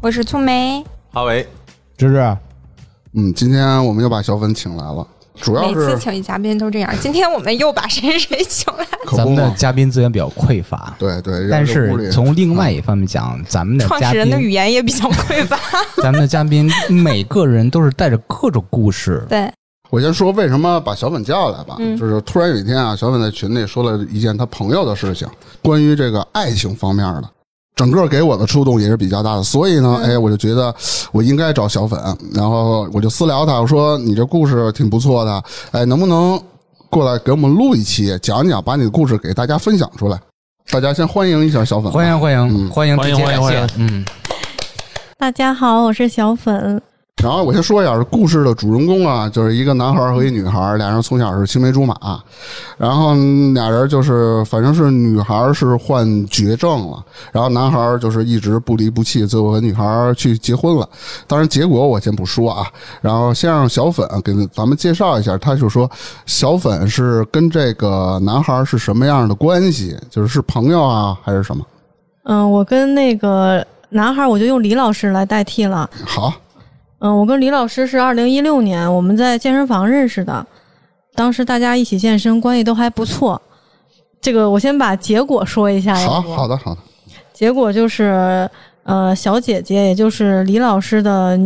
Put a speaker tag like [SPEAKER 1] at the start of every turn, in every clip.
[SPEAKER 1] 我是粗梅，
[SPEAKER 2] 哈维，
[SPEAKER 3] 芝芝，
[SPEAKER 4] 嗯，今天我们又把小粉请来了，主要
[SPEAKER 1] 每次
[SPEAKER 4] 是
[SPEAKER 1] 请嘉宾都这样。今天我们又把谁谁请来，
[SPEAKER 4] 可
[SPEAKER 3] 咱
[SPEAKER 4] 不
[SPEAKER 3] 们的
[SPEAKER 4] 嘛，
[SPEAKER 3] 嘉宾资源比较匮乏，
[SPEAKER 4] 对对，
[SPEAKER 3] 但
[SPEAKER 4] 让这屋里
[SPEAKER 3] 是从另外一方面讲，咱们的
[SPEAKER 1] 创
[SPEAKER 3] 嘉
[SPEAKER 1] 始人的
[SPEAKER 3] 宾，
[SPEAKER 1] 语言也比较匮乏。
[SPEAKER 3] 咱们的嘉宾每个人都是带着各种 故事，
[SPEAKER 1] 对，
[SPEAKER 4] 我先说为什么把小粉叫来吧，
[SPEAKER 1] 嗯
[SPEAKER 4] 就是突然有一天啊，小粉在群里说了一件他朋友的事情，关于这个爱情方面的，整个给我的触动也是比较大的，所以
[SPEAKER 1] 嗯
[SPEAKER 4] 呢，哎，我就觉得我应该找小粉，然后我就私聊他，我说你这故事挺不错的，哎，能不能过来给我们录一期，讲讲，把你的故事给大家分享出来？大家先欢迎一下小粉吧，
[SPEAKER 3] 欢迎欢迎
[SPEAKER 4] 嗯
[SPEAKER 3] 欢迎，
[SPEAKER 2] 欢迎
[SPEAKER 3] 直接
[SPEAKER 2] 欢迎
[SPEAKER 3] 感谢
[SPEAKER 2] 欢
[SPEAKER 3] 嗯，
[SPEAKER 5] 大家好，我是小粉。
[SPEAKER 4] 然后我先说一下故事的主人公啊，就是一个男孩儿和一女孩儿，俩人从小是青梅竹马，然后俩人就是反正是女孩儿是患绝症了，然后男孩儿就是一直不离不弃，最后和女孩儿去结婚了。当然结果我先不说啊，然后先让小粉给咱们介绍一下，他就说小粉是跟这个男孩儿是什么样的关系，就是是朋友啊还是什么？
[SPEAKER 5] 嗯，我跟那个男孩，我就用李老师来代替了。
[SPEAKER 4] 好，
[SPEAKER 5] 嗯，我跟李老师是二零一六年我们在健身房认识的，当时大家一起健身，关系都还不错。这个我先把结果说一下，
[SPEAKER 4] 好，
[SPEAKER 5] 要不
[SPEAKER 4] 好的，好的，
[SPEAKER 5] 结果就是，呃，小姐姐，也就是李老师的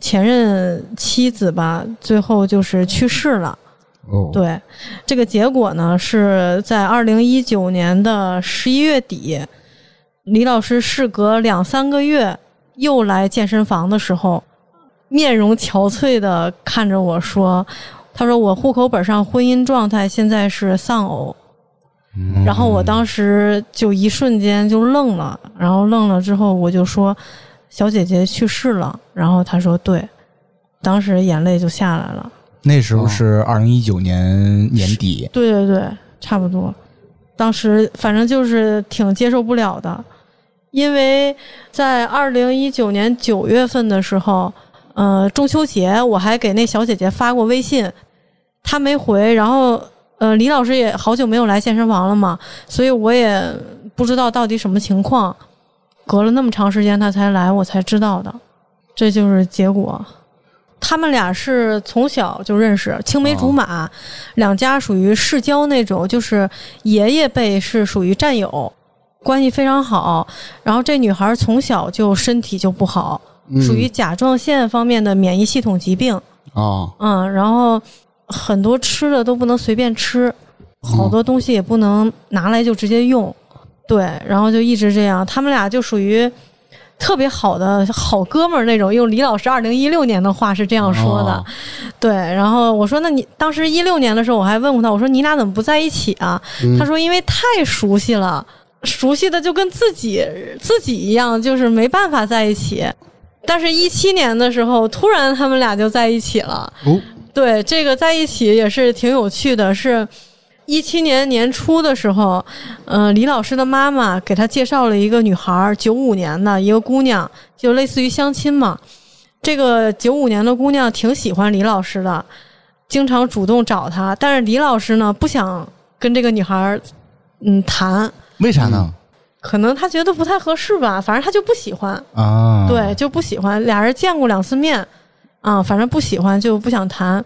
[SPEAKER 5] 前任妻子吧，最后就是去世了。
[SPEAKER 4] 哦，
[SPEAKER 5] 对，这个结果呢是在二零一九年的十一月底，李老师事隔两三个月又来健身房的时候，面容憔悴的看着我说：“他说我户口本上婚姻状态现在是丧偶。”
[SPEAKER 3] 嗯
[SPEAKER 5] 然后我当时就一瞬间就愣了，然后愣了之后我就说：“小姐姐去世了。”然后他说：“对。”当时眼泪就下来了。
[SPEAKER 3] 嗯那时候是二零一九年年底，
[SPEAKER 5] 对对对，差不多。当时反正就是挺接受不了的，因为在二零一九年九月份的时候，呃，中秋节我还给那小姐姐发过微信，她没回。然后呃，李老师也好久没有来健身房了嘛，所以我也不知道到底什么情况。隔了那么长时间她才来，我才知道的，这就是结果。他们俩是从小就认识，青梅竹马。两家属于世交那种，就是爷爷辈是属于战友，关系非常好。然后这女孩从小就身体就不好，
[SPEAKER 4] 嗯
[SPEAKER 5] 属于甲状腺方面的免疫系统疾病，
[SPEAKER 4] 啊，
[SPEAKER 5] 嗯，然后很多吃的都不能随便吃，
[SPEAKER 4] 哦
[SPEAKER 5] 好多东西也不能拿来就直接用，对，然后就一直这样。他们俩就属于。特别好的好哥们儿那种，用李老师二零一六年的话是这样说的，
[SPEAKER 4] 哦
[SPEAKER 5] 对，然后我说，那你当时一六年的时候，我还问过他，我说你俩怎么不在一起啊？
[SPEAKER 4] 嗯
[SPEAKER 5] 他说因为太熟悉了，熟悉的就跟自己自己一样，就是没办法在一起。但是，一七年的时候，突然他们俩就在一起了。
[SPEAKER 4] 哦
[SPEAKER 5] 对，这个在一起也是挺有趣的，是。一七年年初的时候，呃，李老师的妈妈给他介绍了一个女孩儿，九五年的一个姑娘，就类似于相亲嘛。这个九五年的姑娘挺喜欢李老师的，经常主动找他，但是李老师呢不想跟这个女孩儿嗯谈，
[SPEAKER 3] 为啥呢？
[SPEAKER 5] 可能他觉得不太合适吧，反正他就不喜欢，
[SPEAKER 3] 啊，
[SPEAKER 5] 对，就不喜欢。俩人见过两次面，啊，反正不喜欢就不想谈。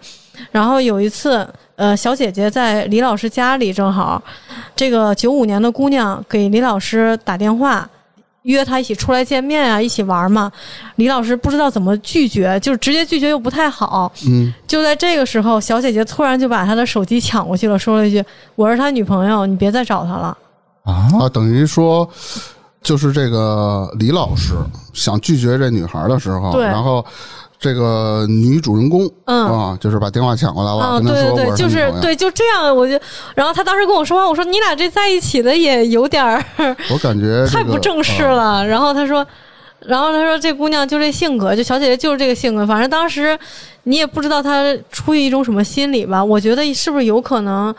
[SPEAKER 5] 然后有一次，呃，小姐姐在李老师家里，正好这个九五年的姑娘给李老师打电话，约他一起出来见面啊，一起玩嘛。李老师不知道怎么拒绝，就是直接拒绝又不太好。
[SPEAKER 4] 嗯，
[SPEAKER 5] 就在这个时候，小姐姐突然就把他的手机抢过去了，说了一句：“我是他女朋友，你别再找他了。
[SPEAKER 3] 啊，
[SPEAKER 5] 哦
[SPEAKER 4] 啊，等于说就是这个李老师想拒绝这女孩的时候，
[SPEAKER 5] 对
[SPEAKER 4] 然后这个女主人公、
[SPEAKER 5] 嗯
[SPEAKER 4] 啊，就是把电话抢过来了，
[SPEAKER 5] 啊，
[SPEAKER 4] 跟他
[SPEAKER 5] 对
[SPEAKER 4] 说
[SPEAKER 5] 对
[SPEAKER 4] 我是
[SPEAKER 5] 对，
[SPEAKER 4] 她
[SPEAKER 5] 就
[SPEAKER 4] 女
[SPEAKER 5] 是
[SPEAKER 4] 朋友。
[SPEAKER 5] 对，就这样，我就，然后他当时跟我说话，我说你俩这在一起的也有点儿
[SPEAKER 4] 我感觉、这个、
[SPEAKER 5] 太不正式
[SPEAKER 4] 啊
[SPEAKER 5] 了。然后他说，然后他说这姑娘就这性格，就小姐姐就是这个性格，反正当时你也不知道她出于一种什么心理吧。我觉得是不是有可能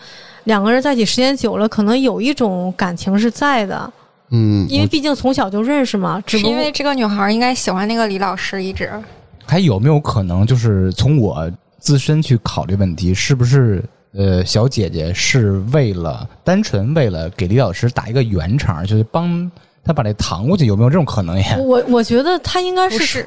[SPEAKER 5] 两个人在一起时间久了，可能有一种感情是在的，
[SPEAKER 4] 嗯，
[SPEAKER 5] 因为毕竟从小就认识嘛。只
[SPEAKER 1] 是
[SPEAKER 5] 不
[SPEAKER 1] 因
[SPEAKER 5] 过
[SPEAKER 1] 为这个女孩应该喜欢那个李老师一直。
[SPEAKER 3] 还有没有可能就是从我自身去考虑问题，是不是呃小姐姐是为了单纯为了给李老师打一个圆场，就是帮他把这搪过去，有没有这种可能呀？
[SPEAKER 5] 我我觉得她应该
[SPEAKER 1] 不
[SPEAKER 5] 是
[SPEAKER 1] 是，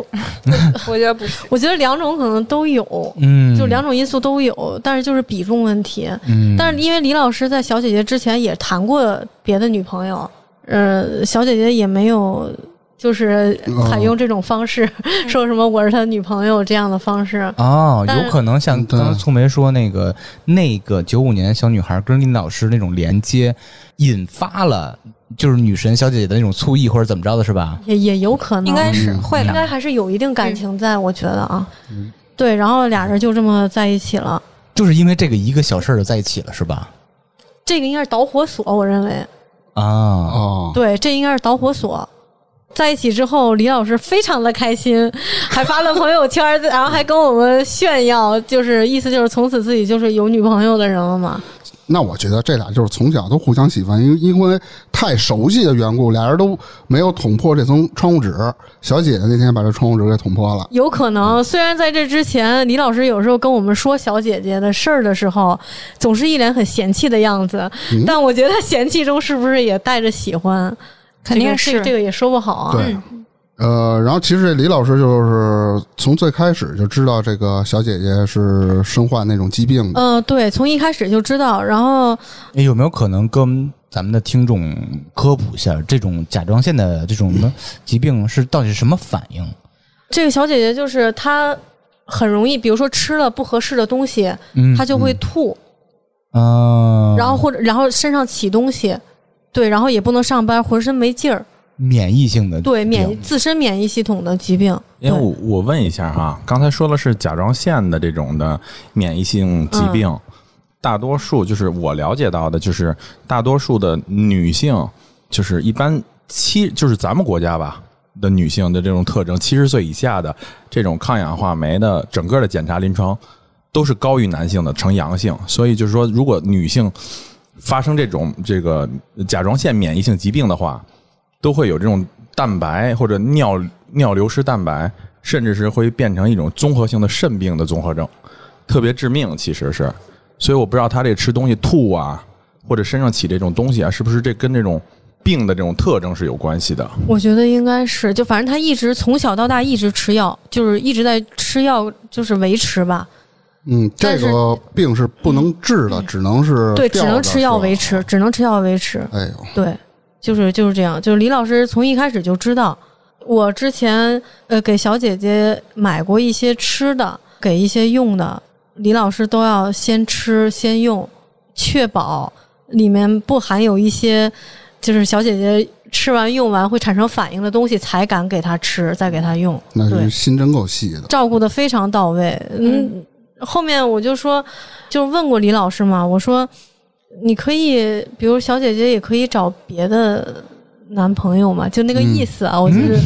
[SPEAKER 1] 我觉得不是。
[SPEAKER 5] 我觉得两种可能都有，
[SPEAKER 3] 嗯，
[SPEAKER 5] 就两种因素都有，但是就是比重问题。
[SPEAKER 3] 嗯，
[SPEAKER 5] 但是因为李老师在小姐姐之前也谈过别的女朋友，呃，小姐姐也没有就是采用这种方式、
[SPEAKER 1] 哦
[SPEAKER 5] 说什么我是他女朋友这样的方式。
[SPEAKER 3] 哦，
[SPEAKER 5] 但
[SPEAKER 3] 有可能像
[SPEAKER 4] 嗯对
[SPEAKER 3] 刚刚聪梅说那个那个九五年小女孩跟林老师那种连接，引发了就是女神小姐姐的那种醋意或者怎么着的是吧？
[SPEAKER 5] 也也有可能，
[SPEAKER 1] 应该是
[SPEAKER 4] 嗯
[SPEAKER 1] 会
[SPEAKER 5] 应
[SPEAKER 1] 的，
[SPEAKER 5] 该还是有一定感情在，我觉得啊，
[SPEAKER 1] 嗯
[SPEAKER 5] 对，然后俩人就这么在一起了，
[SPEAKER 3] 就是因为这个一个小事儿就在一起了是吧？
[SPEAKER 5] 这个应该是导火索，我认为，
[SPEAKER 3] 啊、
[SPEAKER 4] 哦，
[SPEAKER 5] 对，这应该是导火索。在一起之后，李老师非常的开心，还发了朋友圈儿，然后还跟我们炫耀，就是意思就是从此自己就是有女朋友的人了嘛。
[SPEAKER 4] 那我觉得这俩就是从小都互相喜欢，因为因为太熟悉的缘故，俩人都没有捅破这层窗户纸。小姐姐那天把这窗户纸给捅破了，
[SPEAKER 5] 有可能，虽然在这之前，李老师有时候跟我们说小姐姐的事儿的时候，总是一脸很嫌弃的样子，
[SPEAKER 4] 嗯
[SPEAKER 5] 但我觉得嫌弃中是不是也带着喜欢？
[SPEAKER 1] 肯定
[SPEAKER 5] 这
[SPEAKER 1] 是
[SPEAKER 5] 个、这个这个也说不好啊。
[SPEAKER 4] 对。呃，然后其实这李老师就是从最开始就知道这个小姐姐是身患那种疾病的，
[SPEAKER 5] 嗯、对，从一开始就知道，然后
[SPEAKER 3] 诶哎有没有可能跟咱们的听众科普一下，这种甲状腺的这种什么疾病是到底是什么反
[SPEAKER 5] 嗯
[SPEAKER 3] 应？
[SPEAKER 5] 这个小姐姐就是她很容易，比如说吃了不合适的东西，
[SPEAKER 3] 嗯
[SPEAKER 5] 她就会吐，
[SPEAKER 3] 嗯、
[SPEAKER 4] 哦
[SPEAKER 5] 然后或者然后身上起东西，对，然后也不能上班，浑身没劲儿，
[SPEAKER 3] 免疫性的
[SPEAKER 5] 对，免
[SPEAKER 3] 病
[SPEAKER 5] 自身免疫系统的疾病，
[SPEAKER 4] 哎
[SPEAKER 2] 因哎为我我问一下哈，刚才说的是甲状腺的这种的免疫性疾病，大多数就是我了解到的，就是大多数的女性，就是一般七，就是咱们国家吧的女性的这种特征，七十岁以下的这种抗氧化酶的整个的检查临床都是高于男性的，呈阳性，所以就是说，如果女性发生这种这个甲状腺免疫性疾病的话，都会有这种蛋白或者尿尿流失蛋白，甚至是会变成一种综合性的肾病的综合症，特别致命，其实是。所以我不知道他这吃东西吐啊，或者身上起这种东西啊，是不是这跟这种病的这种特征是有关系的？
[SPEAKER 5] 我觉得应该是，就反正她一直从小到大一直吃药，就是一直在吃药，就是维持吧，
[SPEAKER 4] 嗯，这
[SPEAKER 5] 但是嗯
[SPEAKER 4] 个病是不能治的，只能是
[SPEAKER 5] 对，
[SPEAKER 4] 呃吊
[SPEAKER 5] 只能
[SPEAKER 4] 着
[SPEAKER 5] 吃药
[SPEAKER 4] 是吧
[SPEAKER 5] 维持，只能吃药维持，
[SPEAKER 4] 哎呦，
[SPEAKER 5] 对，就是就是这样，就是李老师从一开始就知道，我之前呃给小姐姐买过一些吃的，给一些用的，李老师都要先吃先用，确保里面不含有一些就是小姐姐吃完用完会产生反应的东西，才敢给她吃，再给她用。
[SPEAKER 4] 那
[SPEAKER 5] 对
[SPEAKER 4] 是心真够细的。
[SPEAKER 5] 照顾的非常到位。嗯，后面我就说，就是问过李老师嘛，我说你可以，比如小姐姐也可以找别的。男朋友嘛，就那个
[SPEAKER 3] 嗯
[SPEAKER 5] 意思啊，我就是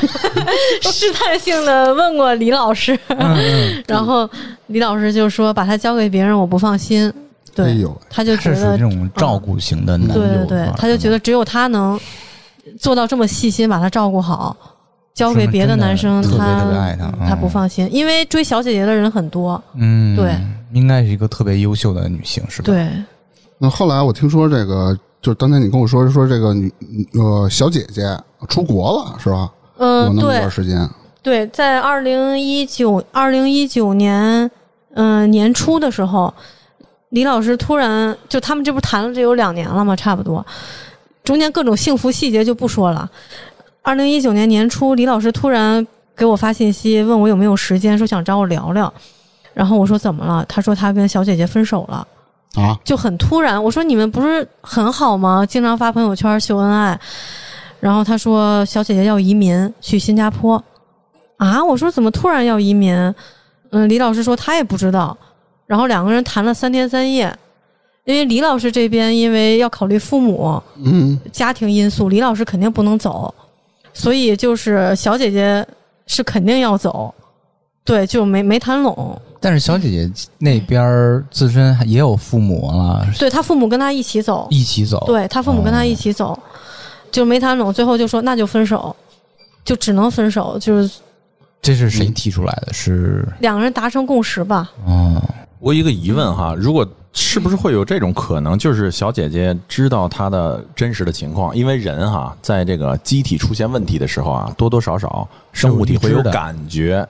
[SPEAKER 5] 试探性的问过李老师，
[SPEAKER 3] 嗯
[SPEAKER 5] 然后李老师就说把他交给别人我不放心，对，
[SPEAKER 4] 哎呦，
[SPEAKER 5] 他就
[SPEAKER 3] 它
[SPEAKER 5] 觉
[SPEAKER 3] 是属
[SPEAKER 5] 得
[SPEAKER 3] 于这种照顾型的男友
[SPEAKER 5] 嗯
[SPEAKER 3] 啊
[SPEAKER 5] 对
[SPEAKER 3] 范儿、
[SPEAKER 5] 对对，他就觉得只有他能做到这么细心，把她照顾好，交给别男生，
[SPEAKER 3] 说明真的
[SPEAKER 5] 他
[SPEAKER 3] 特别特别爱她嗯
[SPEAKER 5] 他不放心，因为追小姐姐的人很多，
[SPEAKER 3] 嗯，
[SPEAKER 5] 对，
[SPEAKER 3] 应该是一个特别优秀的女性是吧？，
[SPEAKER 5] 对，
[SPEAKER 4] 那后来我听说这个，就是刚才你跟我说说这个女呃小姐姐出国了是吧？有
[SPEAKER 5] 嗯，
[SPEAKER 4] 那么
[SPEAKER 5] 对
[SPEAKER 4] 段时间，
[SPEAKER 5] 对，在二零一九二零一九年，嗯、年初的时候，李老师突然就他们这不谈了这有两年了嘛，差不多，中间各种幸福细节就不说了。二零一九年年初，李老师突然给我发信息，问我有没有时间，说想找我聊聊。然后我说怎么了？他说他跟小姐姐分手了，
[SPEAKER 4] 啊，
[SPEAKER 5] 就很突然。我说你们不是很好吗？经常发朋友圈秀恩爱。然后他说小姐姐要移民去新加坡，啊，我说怎么突然要移民？嗯，李老师说他也不知道。然后两个人谈了三天三夜，因为李老师这边因为要考虑父母
[SPEAKER 4] 嗯，
[SPEAKER 5] 家庭因素，李老师肯定不能走。所以就是小姐姐是肯定要走，对，就没没谈拢。
[SPEAKER 3] 但是小姐姐那边儿自身也有父母了，
[SPEAKER 5] 对她父母跟她一起走，
[SPEAKER 3] 一起走。
[SPEAKER 5] 对她父母跟她一起走，就没谈拢，最后就说那就分手，就只能分手，就是
[SPEAKER 3] 这是谁提出来的？是
[SPEAKER 5] 两个人达成共识吧。
[SPEAKER 3] 哦，
[SPEAKER 2] 我有一个疑问哈，如果是不是会有这种可能，就是小姐姐知道她的真实的情况？因为人哈，在这个机体出现问题的时候啊，多多少少生物体会有感觉。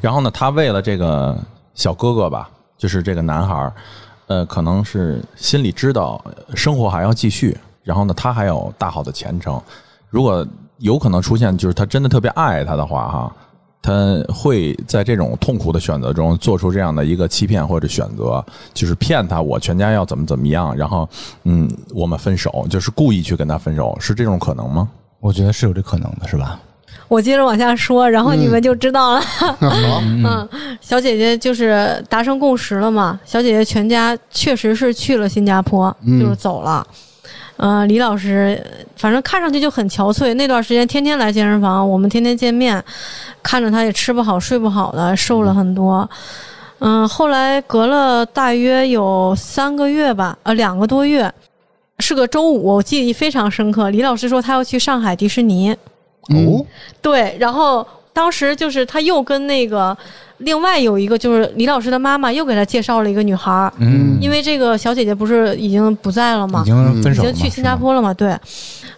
[SPEAKER 2] 然后呢，她为了这个小哥哥吧，就是这个男孩儿，呃，可能是心里知道呃生活还要继续，然后呢，他还有大好的前程。如果有可能出现，就是他真的特别爱他的话，哈，他会在这种痛苦的选择中做出这样的一个欺骗或者选择，就是骗他我全家要怎么怎么样，然后嗯，我们分手，就是故意去跟他分手，是这种可能吗？
[SPEAKER 3] 我觉得是有这可能的，是吧？
[SPEAKER 5] 我接着往下说，然后你们就知道 了。
[SPEAKER 4] 好，
[SPEAKER 5] 嗯，小姐姐就是达成共识了嘛。小姐姐全家确实是去了新加坡，
[SPEAKER 4] 嗯
[SPEAKER 5] 就是走了。呃，李老师反正看上去就很憔悴，那段时间天天来健身房，我们天天见面，看着她也吃不好睡不好的，瘦了很多。嗯，后来隔了大约有三个月吧，呃，两个多月，是个周五，我记忆非常深刻。李老师说他要去上海迪士尼，嗯
[SPEAKER 4] 哦，
[SPEAKER 5] 对，然后当时就是他又跟那个另外有一个就是李老师的妈妈又给他介绍了一个女孩儿，
[SPEAKER 3] 嗯，
[SPEAKER 5] 因为这个小姐姐不是已经不在了
[SPEAKER 3] 已
[SPEAKER 5] 吗？
[SPEAKER 3] 经分手了嘛，
[SPEAKER 5] 去新加
[SPEAKER 3] 是吗。
[SPEAKER 5] 坡了嘛？对，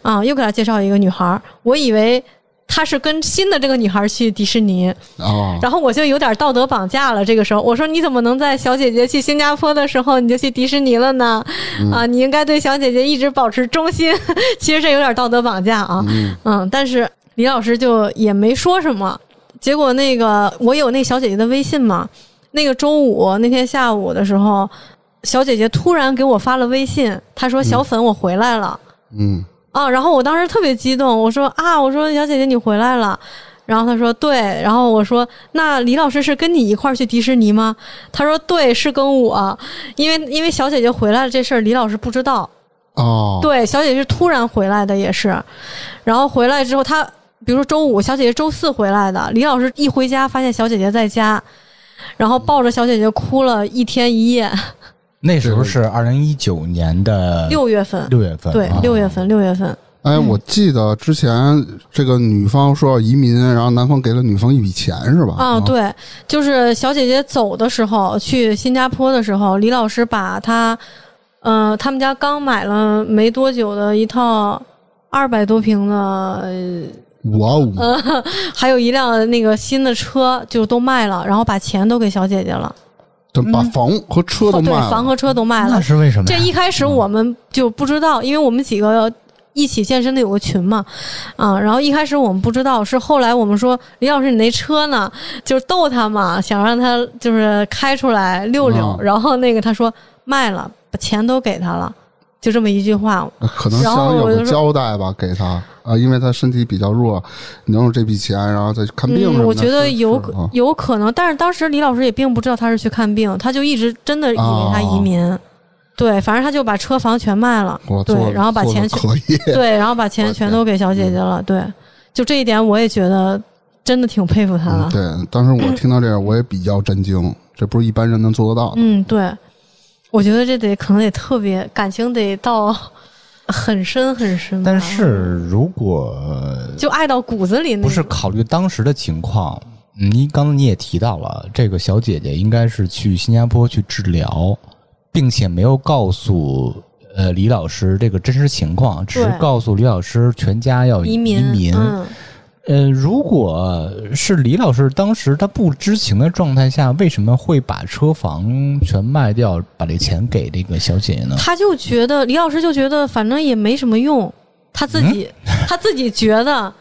[SPEAKER 5] 啊，又给他介绍一个女孩儿，我以为。他是跟新的这个女孩儿去迪士尼，
[SPEAKER 4] 哦，
[SPEAKER 5] 然后我就有点道德绑架了。这个时候，我说你怎么能在小姐姐去新加坡的时候你就去迪士尼了呢？
[SPEAKER 3] 嗯
[SPEAKER 5] 啊，你应该对小姐姐一直保持忠心。 其实这有点道德绑架啊。
[SPEAKER 4] 嗯
[SPEAKER 5] 嗯，但是李老师就也没说什么。结果那个我有那小姐姐的微信嘛，那个周五那天下午的时候，小姐姐突然给我发了微信，她说：“小粉，我回来了。
[SPEAKER 4] 嗯
[SPEAKER 5] 啊，然后我当时特别激动，我说：“啊，我说小姐姐你回来了。”然后她说：“对。”然后我说：“那李老师是跟你一块儿去迪士尼吗？”她说：“对，是跟我，因为因为小姐姐回来了这事儿，李老师不知道。”
[SPEAKER 4] 哦，
[SPEAKER 5] 对，小姐姐是突然回来的，也是。然后回来之后，她比如说周五，小姐姐周四回来的，李老师一回家发现小姐姐在家，然后抱着小姐姐哭了一天一夜。
[SPEAKER 3] 嗯那时候是二零一九年的
[SPEAKER 5] 六月份，
[SPEAKER 3] 六月份，
[SPEAKER 5] 对
[SPEAKER 3] 啊，
[SPEAKER 5] 六月份，六月份，
[SPEAKER 4] 哎，我记得之前这个女方说要移民，然后男方给了女方一笔钱是吧？
[SPEAKER 5] 啊，，对，就是小姐姐走的时候，去新加坡的时候，李老师把她，呃，他们家刚买了没多久的一套二百多平的，呃
[SPEAKER 4] 哇哦，
[SPEAKER 5] 还有一辆那个新的车，就都卖了，然后把钱都给小姐姐了。哦
[SPEAKER 4] 这把房和车都卖
[SPEAKER 5] 对，
[SPEAKER 4] 了，
[SPEAKER 5] 嗯房和车都卖
[SPEAKER 3] 那
[SPEAKER 5] 了。
[SPEAKER 3] 是为什么
[SPEAKER 5] 这
[SPEAKER 3] 呀？
[SPEAKER 5] 一开始我们就不知道，因为我们几个一起健身的有个群嘛，啊，然后一开始我们不知道，是后来我们说李老师你那车呢，就是逗他嘛，想让他就是开出来溜溜
[SPEAKER 4] 嗯，
[SPEAKER 5] 然后那个他说卖了，把钱都给他了，就这么一句话，
[SPEAKER 4] 可能
[SPEAKER 5] 然后
[SPEAKER 4] 想有
[SPEAKER 5] 我就
[SPEAKER 4] 个
[SPEAKER 5] 说
[SPEAKER 4] 交代吧，给他啊，因为他身体比较弱，能有这笔钱，然后再去看病什么
[SPEAKER 5] 嗯，
[SPEAKER 4] 的。
[SPEAKER 5] 我觉得
[SPEAKER 4] 是
[SPEAKER 5] 有
[SPEAKER 4] 是
[SPEAKER 5] 可
[SPEAKER 4] 啊
[SPEAKER 5] 有可能，但是当时李老师也并不知道他是去看病，他就一直真的以为他移民，
[SPEAKER 4] 哦
[SPEAKER 5] 对，反正他就把车房全 卖了，
[SPEAKER 4] 我
[SPEAKER 5] 对
[SPEAKER 4] 做，
[SPEAKER 5] 然后把
[SPEAKER 4] 做得
[SPEAKER 5] 钱去
[SPEAKER 4] 可以，
[SPEAKER 5] 对，然后把钱全都给小姐姐
[SPEAKER 4] 嗯
[SPEAKER 5] 了。对，就这一点，我也觉得真的挺佩服她
[SPEAKER 4] 嗯
[SPEAKER 5] 的。
[SPEAKER 4] 对。当时我听到这个，我也比较震惊，这不是一般人能做得到的。
[SPEAKER 5] 嗯，对，我觉得这得可能得特别感情得到很深很深吧，
[SPEAKER 3] 但是如果
[SPEAKER 5] 就爱到骨子里那
[SPEAKER 3] 不是
[SPEAKER 5] 种
[SPEAKER 3] 考虑当时的情况，嗯你刚刚你也提到了，这个小姐姐应该是去新加坡去治疗，并且没有告诉呃李老师这个真实情况，只是
[SPEAKER 5] 对
[SPEAKER 3] 告诉李老师全家要
[SPEAKER 5] 移
[SPEAKER 3] 民。
[SPEAKER 5] 嗯，
[SPEAKER 3] 呃，如果是李老师当时他不知情的状态下，为什么会把车房全卖掉，把这钱给这个小姐姐呢？
[SPEAKER 5] 他就觉得李老师就觉得反正也没什么用，他自己、
[SPEAKER 3] 嗯
[SPEAKER 5] 他自己觉得。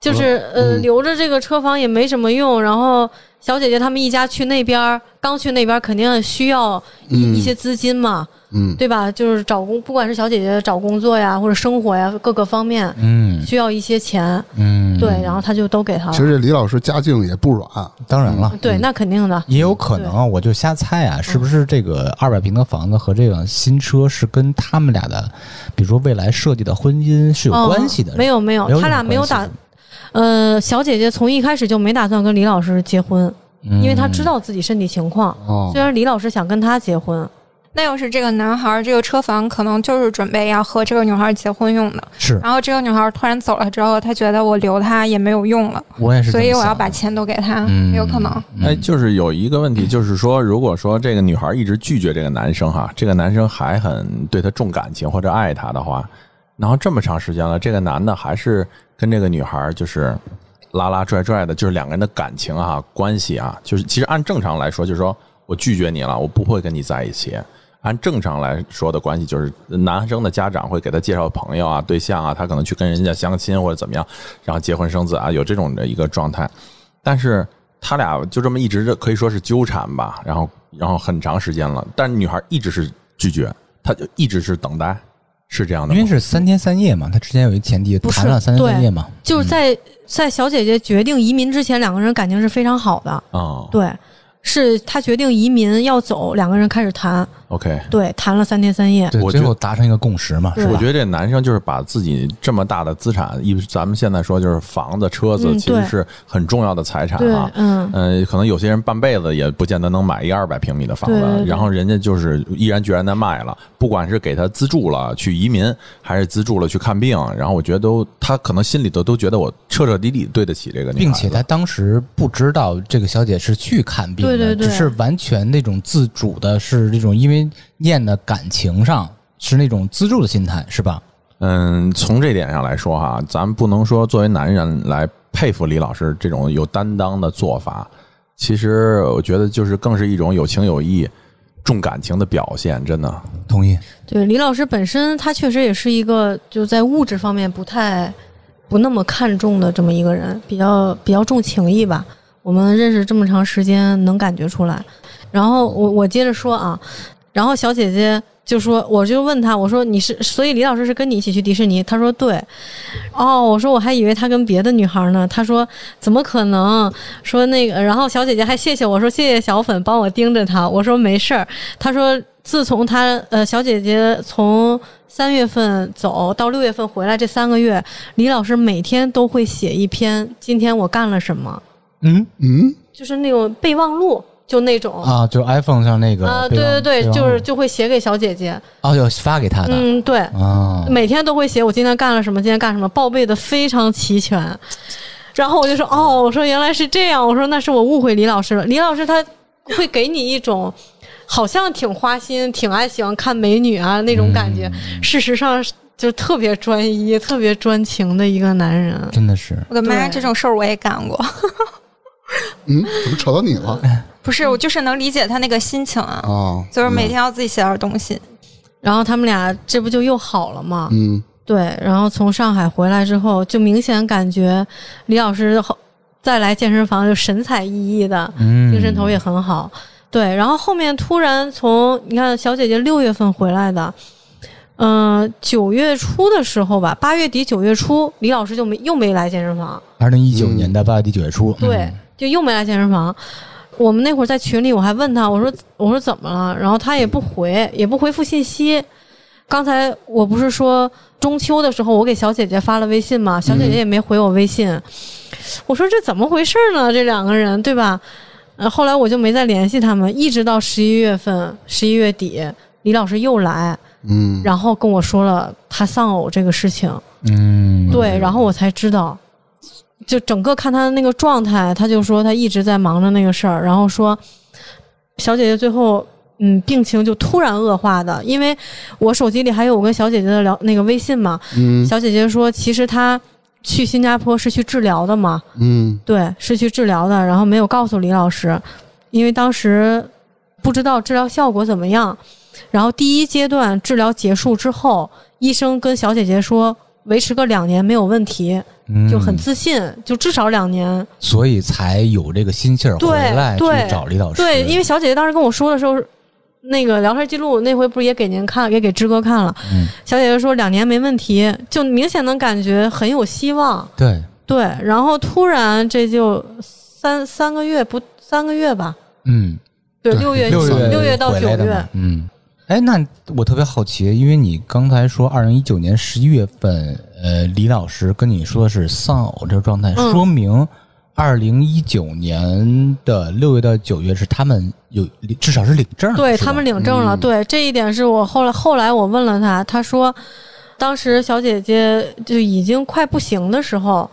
[SPEAKER 5] 就是呃，
[SPEAKER 4] 嗯
[SPEAKER 5] 留着这个车房也没什么用。然后小姐姐他们一家去那边儿，刚去那边儿肯定需要一
[SPEAKER 4] 嗯
[SPEAKER 5] 一些资金嘛。
[SPEAKER 4] 嗯，
[SPEAKER 5] 对吧？就是找工，不管是小姐姐找工作呀，或者生活呀，各个方面
[SPEAKER 3] 嗯
[SPEAKER 5] 需要一些钱，
[SPEAKER 3] 嗯，
[SPEAKER 5] 对，，然后他就都给他
[SPEAKER 4] 其实
[SPEAKER 5] 了。
[SPEAKER 4] 这李老师家境也不软，啊
[SPEAKER 3] 当然了。
[SPEAKER 5] 对，那肯定的。
[SPEAKER 3] 也有可能啊，我就瞎猜啊，是不是这个二百平的房子和这个新车是跟他们俩的，比如说未来设计的婚姻是有关系的？
[SPEAKER 5] 嗯没有没有
[SPEAKER 3] 没有，
[SPEAKER 5] 他
[SPEAKER 3] 任
[SPEAKER 5] 俩
[SPEAKER 3] 何
[SPEAKER 5] 没有
[SPEAKER 3] 关系
[SPEAKER 5] 打
[SPEAKER 3] 的，
[SPEAKER 5] 呃，小姐姐从一开始就没打算跟李老师结婚，
[SPEAKER 3] 嗯
[SPEAKER 5] 因
[SPEAKER 2] 嗯
[SPEAKER 5] 为她知道自己身体情况。
[SPEAKER 4] 哦
[SPEAKER 5] 虽，然李老师想跟她结婚，
[SPEAKER 1] 那要是这个男孩儿，这个车房可能就是准备要和这个女孩儿结婚用的。
[SPEAKER 3] 是
[SPEAKER 1] 然后这个女孩儿突然走了之后，他觉得我留她也没有用了，
[SPEAKER 3] 我也是
[SPEAKER 1] 所
[SPEAKER 3] 这么想的，
[SPEAKER 1] 以我要把钱都给她，
[SPEAKER 3] 嗯
[SPEAKER 1] 有可能。
[SPEAKER 2] 哎，就是有一个问题，就是说，如果说这个女孩一直拒绝这个男生哈，这个男生还很对她重感情或者爱她的话，然后这么长时间了，这个男的还是跟这个女孩就是拉拉拽拽的，就是两个人的感情啊、关系啊，就是其实按正常来说，就是说我拒绝你了，我不会跟你在一起。按正常来说的关系，就是男生的家长会给他介绍朋友啊、对象啊，他可能去跟人家相亲或者怎么样，然后结婚生子啊，有这种的一个状态。但是他俩就这么一直可以说是纠缠吧，然后然后很长时间了，但女孩一直是拒绝，她就一直是等待，是这样的
[SPEAKER 3] 因
[SPEAKER 2] 吗
[SPEAKER 3] 为是三天三夜嘛，他之前有一前提
[SPEAKER 5] 不是
[SPEAKER 3] 谈了三天三夜嘛，
[SPEAKER 2] 嗯
[SPEAKER 3] 嗯
[SPEAKER 5] 就是在在小姐姐决定移民之前，两个人感情是非常好的。
[SPEAKER 2] 啊、
[SPEAKER 5] 对，是她决定移民要走，两个人开始谈，
[SPEAKER 2] o k
[SPEAKER 5] 对，谈了三天三夜。
[SPEAKER 3] 对，
[SPEAKER 2] 我
[SPEAKER 3] 最
[SPEAKER 2] 觉
[SPEAKER 3] 后达成一个共识嘛，是
[SPEAKER 5] 对
[SPEAKER 2] 我
[SPEAKER 3] 吧？
[SPEAKER 2] 觉得这男生就是把自己这么大的资产，一咱们现在说就是房子、车子，
[SPEAKER 5] 嗯
[SPEAKER 2] 其实
[SPEAKER 5] 对
[SPEAKER 2] 是很重要的财产
[SPEAKER 5] 对
[SPEAKER 2] 啊，。
[SPEAKER 5] 嗯，
[SPEAKER 2] 嗯、可能有些人半辈子也不见得能买一二百平米的房子，
[SPEAKER 5] 对对对
[SPEAKER 2] 然后人家就是毅然决然的卖了，不管是给他资助了去移民，还是资助了去看病，然后我觉得都他可能心里头都觉得我彻彻底底对得起这个女孩子，
[SPEAKER 3] 并且他当时不知道这个小姐是去看病的，
[SPEAKER 5] 对对对
[SPEAKER 3] 只是完全那种自主的，是这种因为念的感情上是那种资助的心态，是吧？
[SPEAKER 2] 嗯，从这点上来说哈，咱不能说作为男人来佩服李老师这种有担当的做法。其实我觉得就是更是一种有情有义、重感情的表现，真
[SPEAKER 5] 啊
[SPEAKER 2] 的。
[SPEAKER 3] 同意，
[SPEAKER 5] 对，李老师本身他确实也是一个就在物质方面不太不那么看重的这么一个人，比较比较重情义吧。我们认识这么长时间，能感觉出来。然后我我接着说啊，然后小姐姐就说，我就问她，我说你是，所以李老师是跟你一起去迪士尼？她说对。哦，我说我还以为他跟别的女孩呢。她说怎么可能？说那个，然后小姐姐还谢谢我说谢谢小粉帮我盯着她。我说没事儿。她说自从她呃小姐姐从三月份走到六月份回来这三个月，李老师每天都会写一篇今天我干了什么，
[SPEAKER 3] 嗯
[SPEAKER 4] 嗯，
[SPEAKER 5] 就是那种备忘录，就那种。
[SPEAKER 3] 啊，就 iPhone 上那个
[SPEAKER 5] 啊，
[SPEAKER 3] 备
[SPEAKER 5] 对
[SPEAKER 3] 忘
[SPEAKER 5] 对对，
[SPEAKER 3] 备忘
[SPEAKER 5] 就
[SPEAKER 3] 录
[SPEAKER 5] 是就会写给小姐姐，
[SPEAKER 3] 哦，要发给他的
[SPEAKER 5] 嗯，对，
[SPEAKER 3] 啊，
[SPEAKER 5] 每天都会写我今天干了什么，今天干什么，报备的非常齐全。然后我就说，哦，我说原来是这样，我说那是我误会李老师了。李老师他会给你一种好像挺花心、挺爱喜欢看美女啊那种感觉，事实上是就特别专一、特别专情的一个男人。
[SPEAKER 3] 真的是
[SPEAKER 1] 我的妈，
[SPEAKER 5] 对
[SPEAKER 1] 这种事儿我也干过，
[SPEAKER 4] 嗯，怎么扯到你了？
[SPEAKER 1] 不是我就是能理解他那个心情啊，
[SPEAKER 4] 啊，
[SPEAKER 1] 就是每天要自己写点东西。
[SPEAKER 5] 然后他们俩这不就又好了吗？
[SPEAKER 4] 嗯，
[SPEAKER 5] 对，然后从上海回来之后，就明显感觉李老师后再来健身房就神采奕奕的，
[SPEAKER 3] 嗯
[SPEAKER 5] 精神头也很好。对，然后后面突然从你看小姐姐六月份回来的，嗯、九月初的时候吧，八月底九月初，李老师就没又没来健身房，
[SPEAKER 3] 二零一九年的八月底九月初，
[SPEAKER 5] 嗯对，就又没来健身房。我们那会儿在群里，我还问他，我说我说怎么了？然后他也不回，也不回复信息。刚才我不是说中秋的时候，我给小姐姐发了微信嘛，小姐姐也没回我微信。我说这怎么回事呢？这两个人对吧？呃，后来我就没再联系他们，一直到十一月份，十一月底，李老师又来，
[SPEAKER 4] 嗯，
[SPEAKER 5] 然后跟我说了他丧偶这个事情。
[SPEAKER 3] 嗯，
[SPEAKER 5] 对，然后我才知道，就整个看他的那个状态，他就说他一直在忙着那个事儿，然后说嗯小姐姐最后嗯病情就突然恶化的，因为我手机里还有我跟小姐姐的聊那个微信嘛，
[SPEAKER 4] 嗯
[SPEAKER 5] 小姐姐说其实她去新加坡是去治疗的嘛，
[SPEAKER 4] 嗯
[SPEAKER 5] 对，是去治疗的，然后没有告诉李老师，因为当时不知道治疗效果怎么样。然后第一阶段治疗结束之后，医生跟小姐姐说，维持个两年没有问题，
[SPEAKER 3] 嗯哦
[SPEAKER 5] 就很自信，就至少两年。
[SPEAKER 3] 所以才有这个心气儿回
[SPEAKER 5] 对
[SPEAKER 3] 来去
[SPEAKER 5] 对
[SPEAKER 3] 找李老师，
[SPEAKER 5] 对，因为小姐姐当时跟我说的时候，那个聊天记录那回不是也给您看，也给志哥看了。
[SPEAKER 3] 嗯
[SPEAKER 5] 小姐姐说两年没问题，就明显能感觉很有希望。
[SPEAKER 3] 对
[SPEAKER 5] 对，然后突然这就三三个月不三个月吧，
[SPEAKER 3] 嗯，
[SPEAKER 5] 对，
[SPEAKER 4] 对
[SPEAKER 5] 六月
[SPEAKER 3] 六
[SPEAKER 4] 月
[SPEAKER 5] 六月到
[SPEAKER 3] 回
[SPEAKER 5] 九
[SPEAKER 3] 来的
[SPEAKER 5] 月
[SPEAKER 3] 嘛，嗯，哎，那我特别好奇，因为你刚才说二零一九年十一月份，呃，李老师跟你说的是丧偶这个状态，
[SPEAKER 5] 嗯
[SPEAKER 3] 说明二零一九年的六月到九月是他们有至少是领证了，
[SPEAKER 5] 对
[SPEAKER 3] 是吧
[SPEAKER 5] 他们领证了，
[SPEAKER 4] 嗯
[SPEAKER 5] 对这一点是我后来后来我问了他，他说当时小姐姐就已经快不行的时候，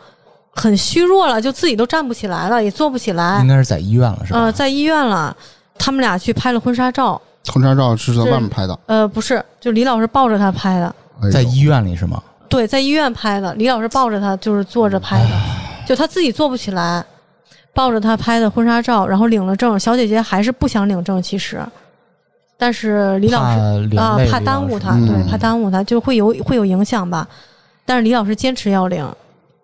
[SPEAKER 5] 很虚弱了，就自己都站不起来了，也坐不起来
[SPEAKER 3] 应，该是在医院了，是吧？
[SPEAKER 5] 呃，在医院了。他们俩去拍了婚纱照，
[SPEAKER 4] 婚纱照是在外面拍的，
[SPEAKER 5] 呃，不是，就李老师抱着她拍的，
[SPEAKER 4] 哎呦
[SPEAKER 3] 在医院里是吗？
[SPEAKER 5] 对，在医院拍的，李老师抱着她就是坐着拍的，就她自己坐不起来，抱着她拍的婚纱照，然后领了证。小姐姐还是不想领证，其实，但是李老师
[SPEAKER 3] 怕连累
[SPEAKER 5] 啊、
[SPEAKER 3] 李
[SPEAKER 5] 怕
[SPEAKER 3] 老
[SPEAKER 5] 耽误
[SPEAKER 3] 师
[SPEAKER 5] 他，
[SPEAKER 4] 嗯
[SPEAKER 5] 对，怕耽误他，就会有会有影响吧。但是李老师坚持要领，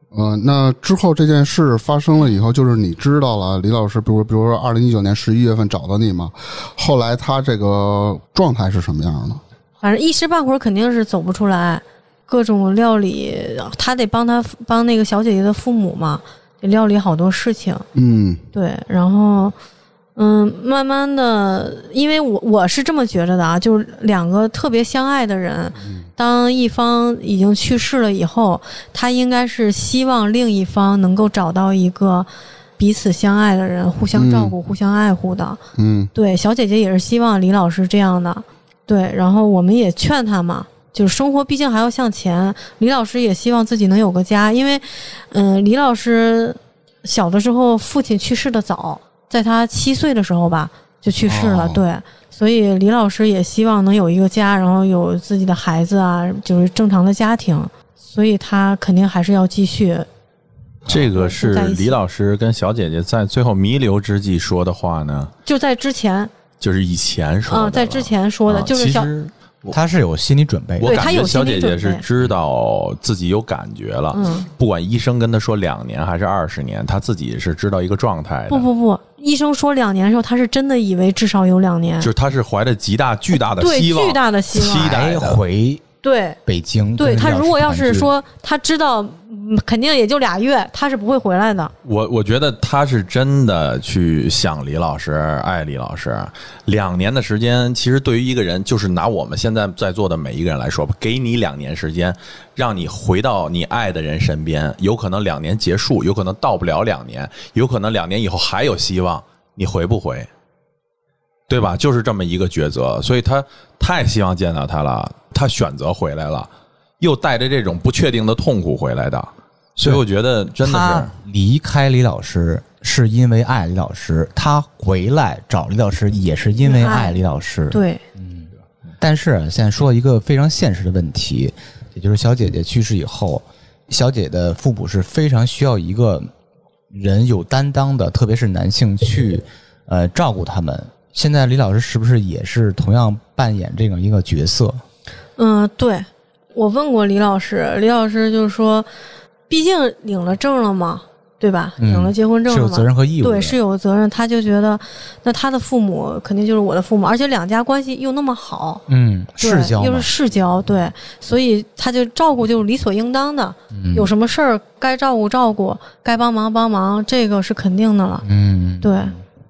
[SPEAKER 4] 呃，那之后这件事发生了以后，就是你知道了李老师，比如比如说二零一九年十一月份找到你嘛，后来他这个状态是什么样的？
[SPEAKER 5] 反正一时半会儿肯定是走不出来，各种料理，他得帮他帮那个小姐姐的父母嘛，得料理好多事情。
[SPEAKER 4] 嗯
[SPEAKER 5] 对，然后嗯，慢慢的，因为我我是这么觉着的啊，就是两个特别相爱的人，当一方已经去世了以后，他应该是希望另一方能够找到一个彼此相爱的人，互相照顾、互相爱护的。
[SPEAKER 4] 嗯
[SPEAKER 5] 对，小姐姐也是希望李老师这样的。对，然后我们也劝他嘛，就是生活毕竟还要向前。李老师也希望自己能有个家，因为，嗯、李老师小的时候父亲去世的早，在他七岁的时候吧就去世了。
[SPEAKER 3] 哦
[SPEAKER 5] 对，所以李老师也希望能有一个家，然后有自己的孩子啊，就是正常的家庭。所以他肯定还是要继续。
[SPEAKER 2] 这个是李老师跟小姐姐在最后弥留之际说的话呢，
[SPEAKER 5] 就在之前，
[SPEAKER 2] 就是以前说的
[SPEAKER 5] 嗯、
[SPEAKER 2] 了，
[SPEAKER 5] 在之前说的，
[SPEAKER 2] 啊
[SPEAKER 5] 就是
[SPEAKER 2] 其
[SPEAKER 5] 小，
[SPEAKER 2] 实我
[SPEAKER 3] 他是有心理准备的
[SPEAKER 2] 我
[SPEAKER 5] 对
[SPEAKER 2] 感
[SPEAKER 5] 她
[SPEAKER 2] 觉
[SPEAKER 5] 有
[SPEAKER 2] 小
[SPEAKER 5] 心
[SPEAKER 2] 姐
[SPEAKER 5] 理
[SPEAKER 2] 姐
[SPEAKER 5] 准
[SPEAKER 2] 是
[SPEAKER 5] 备
[SPEAKER 2] 知道自己有感觉了，
[SPEAKER 5] 嗯，
[SPEAKER 2] 不管医生跟她说两年还是二十年，她自己是知道一个状态的。
[SPEAKER 5] 不不不，医生说两年的时候，他是真的以为至少有两年
[SPEAKER 2] 就，是她是怀着极大巨大的
[SPEAKER 5] 对，
[SPEAKER 2] 希望，
[SPEAKER 5] 巨大的希望，
[SPEAKER 2] 期待
[SPEAKER 3] 来
[SPEAKER 2] 的
[SPEAKER 3] 哎回
[SPEAKER 5] 对。
[SPEAKER 3] 北京跟李
[SPEAKER 5] 对
[SPEAKER 3] 老
[SPEAKER 5] 他
[SPEAKER 3] 师团聚，
[SPEAKER 5] 如果要是说他知道，嗯肯定也就俩月，他是不会回来的。
[SPEAKER 2] 我我觉得他是真的去想李老师，爱李老师。两年的时间，其实对于一个人，就是拿我们现在在座的每一个人来说吧，给你两年时间，让你回到你爱的人身边，有可能两年结束，有可能到不了两年，有可能两年以后还有希望，你回不回？对吧？就是这么一个抉择，所以他太希望见到他了，他选择回来了，又带着这种不确定的痛苦回来的，所以我觉得真的是
[SPEAKER 3] 他。离开李老师是因为爱李老师，他回来找李老师也是因为爱李老师。，
[SPEAKER 5] 对，
[SPEAKER 3] 但是现在说一个非常现实的问题，也就是小姐姐去世以后，小姐的父母是非常需要一个人有担当的，特别是男性去呃照顾他们。现在李老师是不是也是同样扮演这样一个角色？
[SPEAKER 5] 嗯，对，我问过李老师，李老师就说，毕竟领了证了嘛，对吧？
[SPEAKER 3] 嗯
[SPEAKER 5] 领了结婚证
[SPEAKER 3] 是
[SPEAKER 5] 了
[SPEAKER 3] 有
[SPEAKER 5] 嘛，
[SPEAKER 3] 责任和义务的。
[SPEAKER 5] 对，是有责任。他就觉得，那他的父母肯定就是我的父母，而且两家关系又那么好，
[SPEAKER 3] 嗯，
[SPEAKER 5] 对
[SPEAKER 3] 世交
[SPEAKER 5] 又
[SPEAKER 3] 嘛
[SPEAKER 5] 是，世交，对，所以他就照顾就是理所应当的，
[SPEAKER 3] 嗯
[SPEAKER 5] 有什么事儿该照顾照顾，该帮忙帮忙，这个是肯定的了。
[SPEAKER 3] 嗯，
[SPEAKER 5] 对，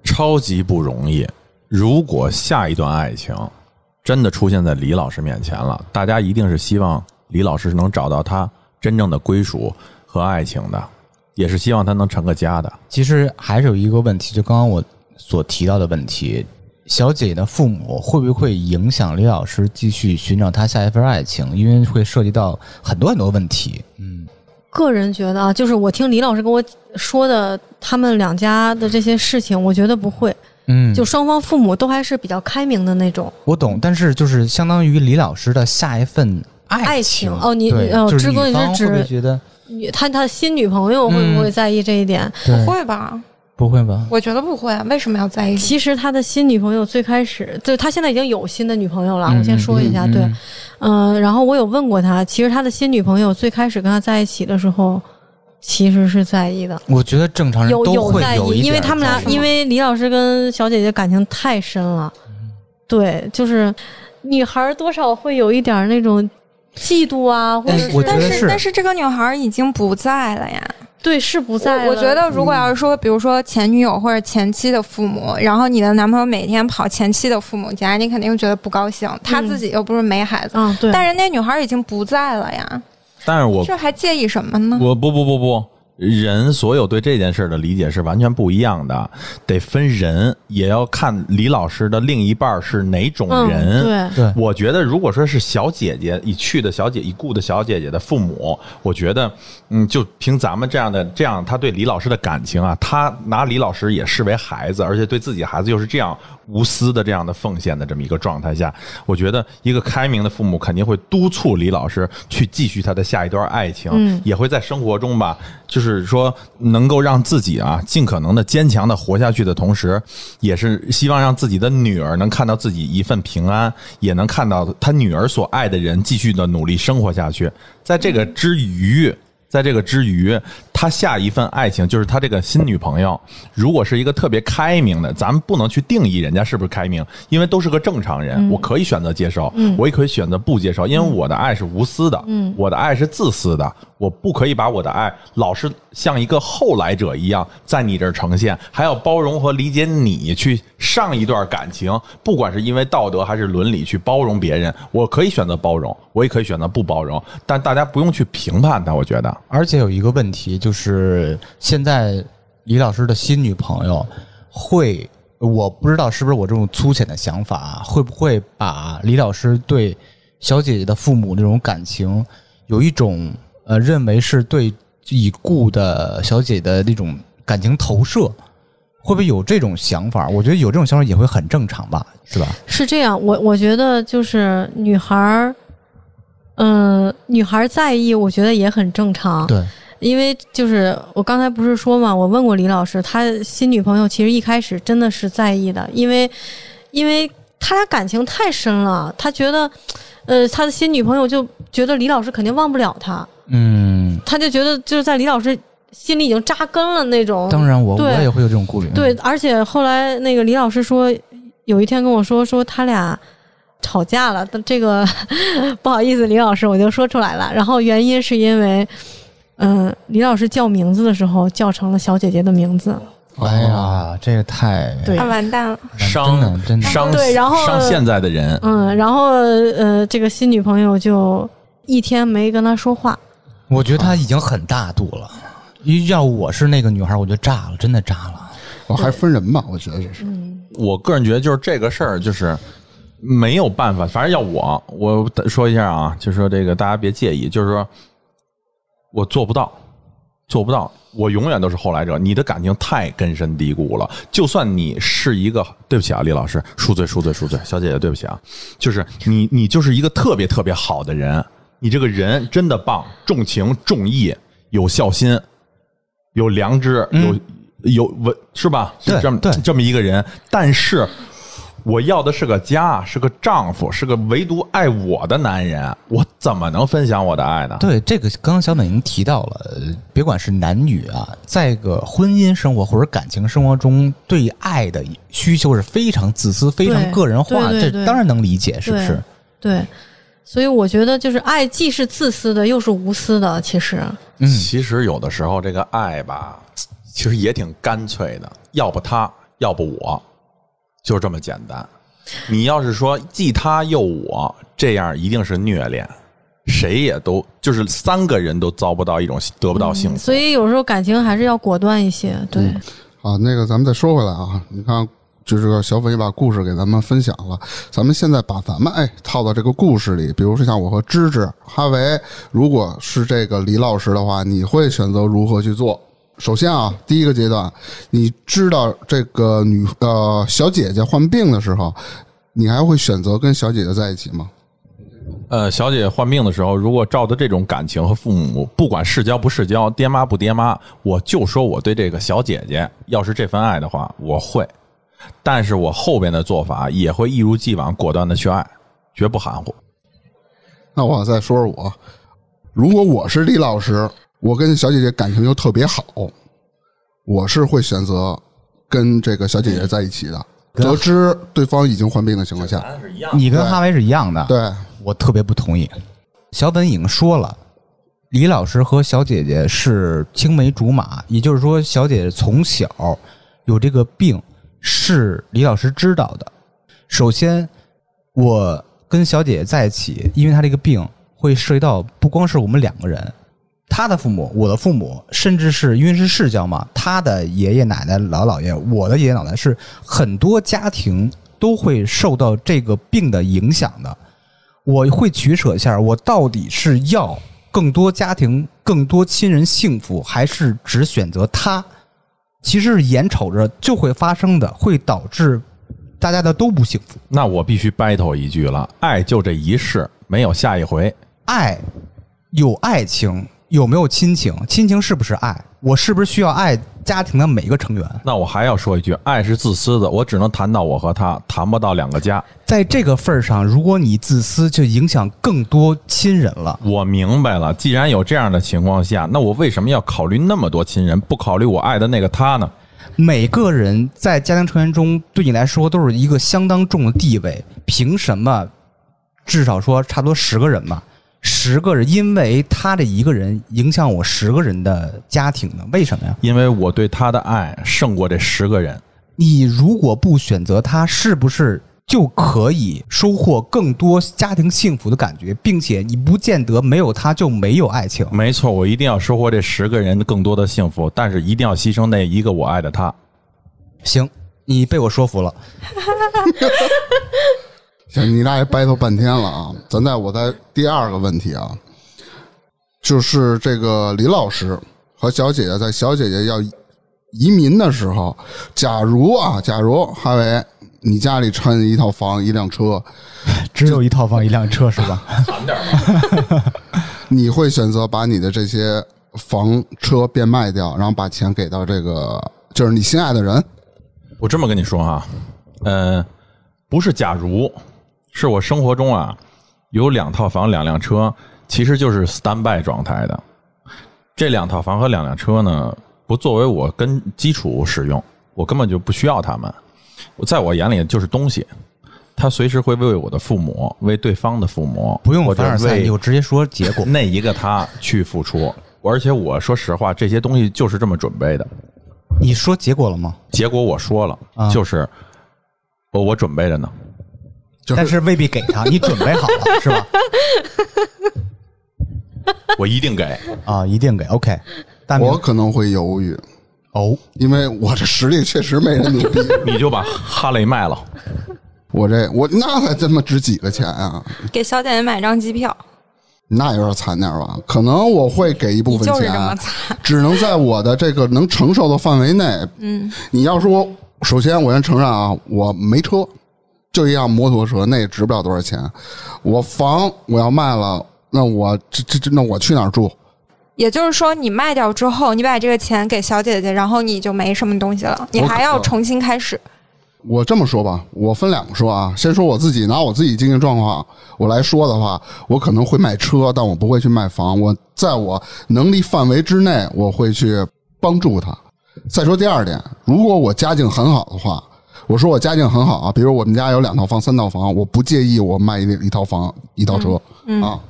[SPEAKER 2] 超级不容易。如果下一段爱情真的出现在李老师面前了，大家一定是希望李老师能找到他真正的归属和爱情的，也是希望他能成个家的。
[SPEAKER 3] 其实还是有一个问题，就刚刚我所提到的问题，小姐姐的父母会不会影响李老师继续寻找他下一份爱情？因为会涉及到很多很多问题。嗯，
[SPEAKER 5] 个人觉得啊，就是我听李老师跟我说的，他们两家的这些事情，我觉得不会，
[SPEAKER 3] 嗯
[SPEAKER 5] 就双方父母都还是比较开明的那种。
[SPEAKER 3] 我懂，但是就是相当于李老师的下一份爱
[SPEAKER 5] 爱
[SPEAKER 3] 情
[SPEAKER 5] 情哦你
[SPEAKER 3] 对
[SPEAKER 5] 你哦
[SPEAKER 3] 就是
[SPEAKER 5] 志哥
[SPEAKER 3] 女
[SPEAKER 5] 你是
[SPEAKER 3] 方会不会
[SPEAKER 5] 指
[SPEAKER 3] 觉得
[SPEAKER 5] 你他他的新女朋友会不会
[SPEAKER 3] 嗯
[SPEAKER 5] 在意这一点？
[SPEAKER 3] 对
[SPEAKER 1] 会吧？
[SPEAKER 3] 不会吧？
[SPEAKER 1] 我觉得不会，啊为什么要在一起？
[SPEAKER 5] 其实他的新女朋友最开始，就他现在已经有新的女朋友了。
[SPEAKER 3] 嗯
[SPEAKER 5] 我先说一下，
[SPEAKER 3] 嗯嗯
[SPEAKER 5] 对，
[SPEAKER 3] 嗯
[SPEAKER 5] 嗯、然后我有问过他，其实他的新女朋友最开始跟他在一起的时候，其实是在意的，
[SPEAKER 3] 我觉得正常人
[SPEAKER 5] 有
[SPEAKER 3] 都
[SPEAKER 5] 有
[SPEAKER 3] 会
[SPEAKER 5] 在
[SPEAKER 3] 有
[SPEAKER 5] 意，
[SPEAKER 3] 一
[SPEAKER 5] 因为
[SPEAKER 3] 点
[SPEAKER 5] 他们
[SPEAKER 3] 在
[SPEAKER 5] 俩，
[SPEAKER 3] 意
[SPEAKER 5] 因为李老师跟小姐姐感情太深了，对，就是女孩儿多少会有一点儿那种嫉妒啊，或者
[SPEAKER 3] 哎
[SPEAKER 5] 是
[SPEAKER 3] 我觉
[SPEAKER 1] 但
[SPEAKER 3] 得
[SPEAKER 1] 是
[SPEAKER 3] 是
[SPEAKER 1] 但是这个女孩已经不在了呀，
[SPEAKER 5] 对，是不在
[SPEAKER 1] 我我
[SPEAKER 5] 了
[SPEAKER 1] 觉得，如果要是说，比如说前女友或者前妻的父母，然后你的男朋友每天跑前妻的父母家，你肯定觉得不高兴。他自己又不是没孩子，
[SPEAKER 5] 嗯，对，
[SPEAKER 1] 但人家女孩已经不在了呀，
[SPEAKER 2] 但是我
[SPEAKER 1] 这还介意什么呢？
[SPEAKER 2] 我不不不不，人所有对这件事儿的理解是完全不一样的，得分人，也要看李老师的另一半儿是哪种
[SPEAKER 5] 嗯，
[SPEAKER 2] 人。
[SPEAKER 5] 对，
[SPEAKER 3] 对
[SPEAKER 2] 我觉得，如果说是小姐姐已去的小姐已故的小姐姐的父母，我觉得，嗯，就凭咱们这样的这样，他对李老师的感情啊，他拿李老师也视为孩子，而且对自己孩子又是这样无私的这样的奉献的这么一个状态下，我觉得一个开明的父母肯定会督促李老师去继续他的下一段爱情，
[SPEAKER 5] 嗯
[SPEAKER 2] 也会在生活中吧，就是说能够让自己啊尽可能的坚强的活下去的同时，也是希望让自己的女儿能看到自己一份平安，也能看到他女儿所爱的人继续的努力生活下去。在这个之余，在这个之余，他下一份爱情就是他这个新女朋友，如果是一个特别开明的，咱们不能去定义人家是不是开明，因为都是个正常人，
[SPEAKER 5] 嗯
[SPEAKER 2] 我可以选择接受，我也可以选择不接受，因为我的爱是无私的，
[SPEAKER 5] 嗯
[SPEAKER 2] 我的爱是自私的，我不可以把我的爱老是像一个后来者一样在你这儿呈现，还要包容和理解你去上一段感情，不管是因为道德还是伦理去包容别人，我可以选择包容，我也可以选择不包容，但大家不用去评判他，我觉得。
[SPEAKER 3] 而且有一个问题就是，现在李老师的新女朋友会，我不知道是不是我这种粗浅的想法啊，会不会把李老师对小姐姐的父母那种感情，有一种呃认为是对已故的小姐的那种感情投射，会不会有这种想法？我觉得有这种想法也会很正常吧，是吧？
[SPEAKER 5] 是这样，我我觉得就是女孩儿，嗯、女孩儿在意，我觉得也很正常。
[SPEAKER 3] 对，
[SPEAKER 5] 因为就是我刚才不是说嘛，我问过李老师，他新女朋友其实一开始真的是在意的，因为因为他俩感情太深了，他觉得，呃，他的新女朋友就觉得李老师肯定忘不了他，
[SPEAKER 3] 嗯，
[SPEAKER 5] 他就觉得就是在李老师心里已经扎根了那种。
[SPEAKER 3] 当然我
[SPEAKER 5] 对
[SPEAKER 3] 我也会有这种顾虑，
[SPEAKER 5] 对，，而且后来那个李老师说，有一天跟我说，说他俩吵架了。但这个 不好意思，李老师，我就说出来了。然后原因是因为，嗯、李老师叫名字的时候叫成了小姐姐的名字，
[SPEAKER 3] 哎呀，这个太
[SPEAKER 5] 对
[SPEAKER 1] 啊，完蛋了！
[SPEAKER 3] 真的真的
[SPEAKER 2] 伤
[SPEAKER 5] 对然后
[SPEAKER 2] 伤现在的人，
[SPEAKER 5] 嗯，然后呃，这个新女朋友就一天没跟他说话，
[SPEAKER 3] 我觉得
[SPEAKER 5] 嗯
[SPEAKER 3] 他已经很大度了。一要我是那个女孩，我就炸了，真的炸了。
[SPEAKER 4] 我还分人吧，我觉得这是。
[SPEAKER 2] 我个人觉得就是这个事儿就是。没有办法，反正要我，我说一下啊，就说这个大家别介意，就是说我做不到，做不到，我永远都是后来者。你的感情太根深蒂固了，就算你是一个，对不起啊，李老师，恕罪，恕罪，恕罪，小姐姐，对不起啊，就是你，你就是一个特别特别好的人，你这个人真的棒，重情重义，有孝心，有良知，有有文，是吧？
[SPEAKER 3] 对
[SPEAKER 2] 就这么
[SPEAKER 3] 对
[SPEAKER 2] 这么一个人，但是。我要的是个家，是个丈夫，是个唯独爱我的男人。我怎么能分享我的爱呢？
[SPEAKER 5] 啊
[SPEAKER 3] 对，这个刚刚小美已经提到了，呃别管是男女啊，在个婚姻生活或者感情生活中，对爱的需求是非常自私、非常个人化，
[SPEAKER 5] 对对
[SPEAKER 3] 这
[SPEAKER 5] 对
[SPEAKER 3] 当然能理解，是不是？
[SPEAKER 5] 对。所以我觉得，就是爱既是自私的，又是无私的。其实，
[SPEAKER 3] 嗯
[SPEAKER 2] 其实有的时候这个爱吧，其实也挺干脆的，要不他，要不我，就这么简单。你要是说既他又我，这样一定是虐恋，谁也都就是三个人都遭不到一种得不到幸福。
[SPEAKER 5] 所以有时候感情还是要果断一些。对，
[SPEAKER 4] 啊，那个咱们再说回来啊，你看，就是小粉也把故事给咱们分享了，咱们现在把咱们哎套到这个故事里，比如说像我和芝芝、哈维，如果是这个李老师的话，你会选择如何去做？首先啊，第一个阶段，你知道这个女呃小姐姐患病的时候，你还会选择跟小姐姐在一起吗？
[SPEAKER 2] 呃，小姐患病的时候，如果照着这种感情和父母，不管世交不世交，爹妈不爹妈，我就说我对这个小姐姐，要是这份爱的话，我会，但是我后边的做法也会一如既往果断的去爱，绝不含糊。
[SPEAKER 4] 那我再说说我，如果我是李老师，我跟小姐姐感情又特别好，我是会选择跟这个小姐姐在一起的。得知对方已经患病的情况下，
[SPEAKER 3] 你跟哈维是一样的，
[SPEAKER 4] 对，
[SPEAKER 3] 我特别不同意。小本已经说了，李老师和小姐姐是青梅竹马，也就是说，小姐姐从小有这个病是李老师知道的。首先，我跟小姐姐在一起，因为她这个病会涉及到不光是我们两个人，她的父母、我的父母，甚至是因为是世交嘛，她的爷爷奶奶、姥姥姥爷，我的爷爷奶奶是很多家庭都会受到这个病的影响的。我会取舍一下，我到底是要更多家庭、更多亲人幸福，还是只选择他？其实眼瞅着就会发生的，会导致大家的都不幸福。
[SPEAKER 2] 那我必须 battle 一句了，爱就这一世，没有下一回。
[SPEAKER 3] 爱有爱情，有没有亲情？亲情是不是爱？我是不是需要爱家庭的每一个成员？
[SPEAKER 2] 那我还要说一句，爱是自私的，我只能谈到我和他，谈不到两个家。
[SPEAKER 3] 在这个份儿上，如果你自私，就影响更多亲人了。
[SPEAKER 2] 我明白了，既然有这样的情况下，那我为什么要考虑那么多亲人，不考虑我爱的那个他呢？
[SPEAKER 3] 每个人在家庭成员中对你来说都是一个相当重的地位，凭什么？至少说差不多十个人嘛，十个人，因为他这一个人影响我十个人的家庭呢？为什么呀？
[SPEAKER 2] 因为我对他的爱胜过这十个人。
[SPEAKER 3] 你如果不选择他，是不是就可以收获更多家庭幸福的感觉？并且你不见得没有他就没有爱情。
[SPEAKER 2] 没错，我一定要收获这十个人更多的幸福，但是一定要牺牲那一个我爱的他。
[SPEAKER 3] 行，你被我说服了。
[SPEAKER 4] 行，你俩也 battle 半天了啊！咱再我再第二个问题啊，就是这个李老师和小姐姐在小姐姐要移民的时候，假如啊，假如哈维你家里掺一套房一辆车，
[SPEAKER 3] 只有一套房一辆车是吧？
[SPEAKER 4] 你会选择把你的这些房车变卖掉，然后把钱给到这个就是你心爱的人？
[SPEAKER 2] 我这么跟你说哈、呃，不是假如，是我生活中啊有两套房、两辆车，其实就是 standby 状态的。这两套房和两辆车呢，不作为我跟基础使用，我根本就不需要它们。我在我眼里就是东西，它随时会为我的父母、为对方的父母，
[SPEAKER 3] 不用
[SPEAKER 2] 或者
[SPEAKER 3] 凡尔赛，
[SPEAKER 2] 为
[SPEAKER 3] 你就直接说结果。
[SPEAKER 2] 那一个他去付出。而且我说实话，这些东西就是这么准备的。
[SPEAKER 3] 你说结果了吗？
[SPEAKER 2] 结果我说了，
[SPEAKER 3] 啊
[SPEAKER 2] 就是哦我我准备着呢。
[SPEAKER 4] 就
[SPEAKER 3] 但是未必给他，你准备好了是吧？
[SPEAKER 2] 我一定给。
[SPEAKER 3] 啊，一定给。OK，大明
[SPEAKER 4] 我可能会犹豫，
[SPEAKER 3] 哦，
[SPEAKER 4] 因为我这实力确实没人牛逼，
[SPEAKER 2] 你就把哈雷卖了，
[SPEAKER 4] 我这我那才他妈值几个钱啊！
[SPEAKER 1] 给小姐姐买张机票，
[SPEAKER 4] 那有点惨点儿吧？可能我会给一部分
[SPEAKER 1] 你就是这么
[SPEAKER 4] 钱
[SPEAKER 1] 惨，
[SPEAKER 4] 只能在我的这个能承受的范围内。嗯，你要说，首先我先承认啊，我没车，就一辆摩托车，那也值不了多少钱。我房我要卖了，那我这这这，那我去哪儿住？
[SPEAKER 1] 也就是说你卖掉之后，你把这个钱给小姐姐，然后你就没什么东西了，你
[SPEAKER 4] 我
[SPEAKER 1] 还要重新开始。
[SPEAKER 4] 我这么说吧，我分两个说啊，先说我自己，拿我自己经济状况我来说的话，我可能会卖车，但我不会去卖房。我在我能力范围之内，我会去帮助他。再说第二点，如果我家境很好的话，我说我家境很好啊，比如我们家有两套房、三套房，我不介意我卖一一套房、一套车、
[SPEAKER 1] 嗯
[SPEAKER 4] 啊。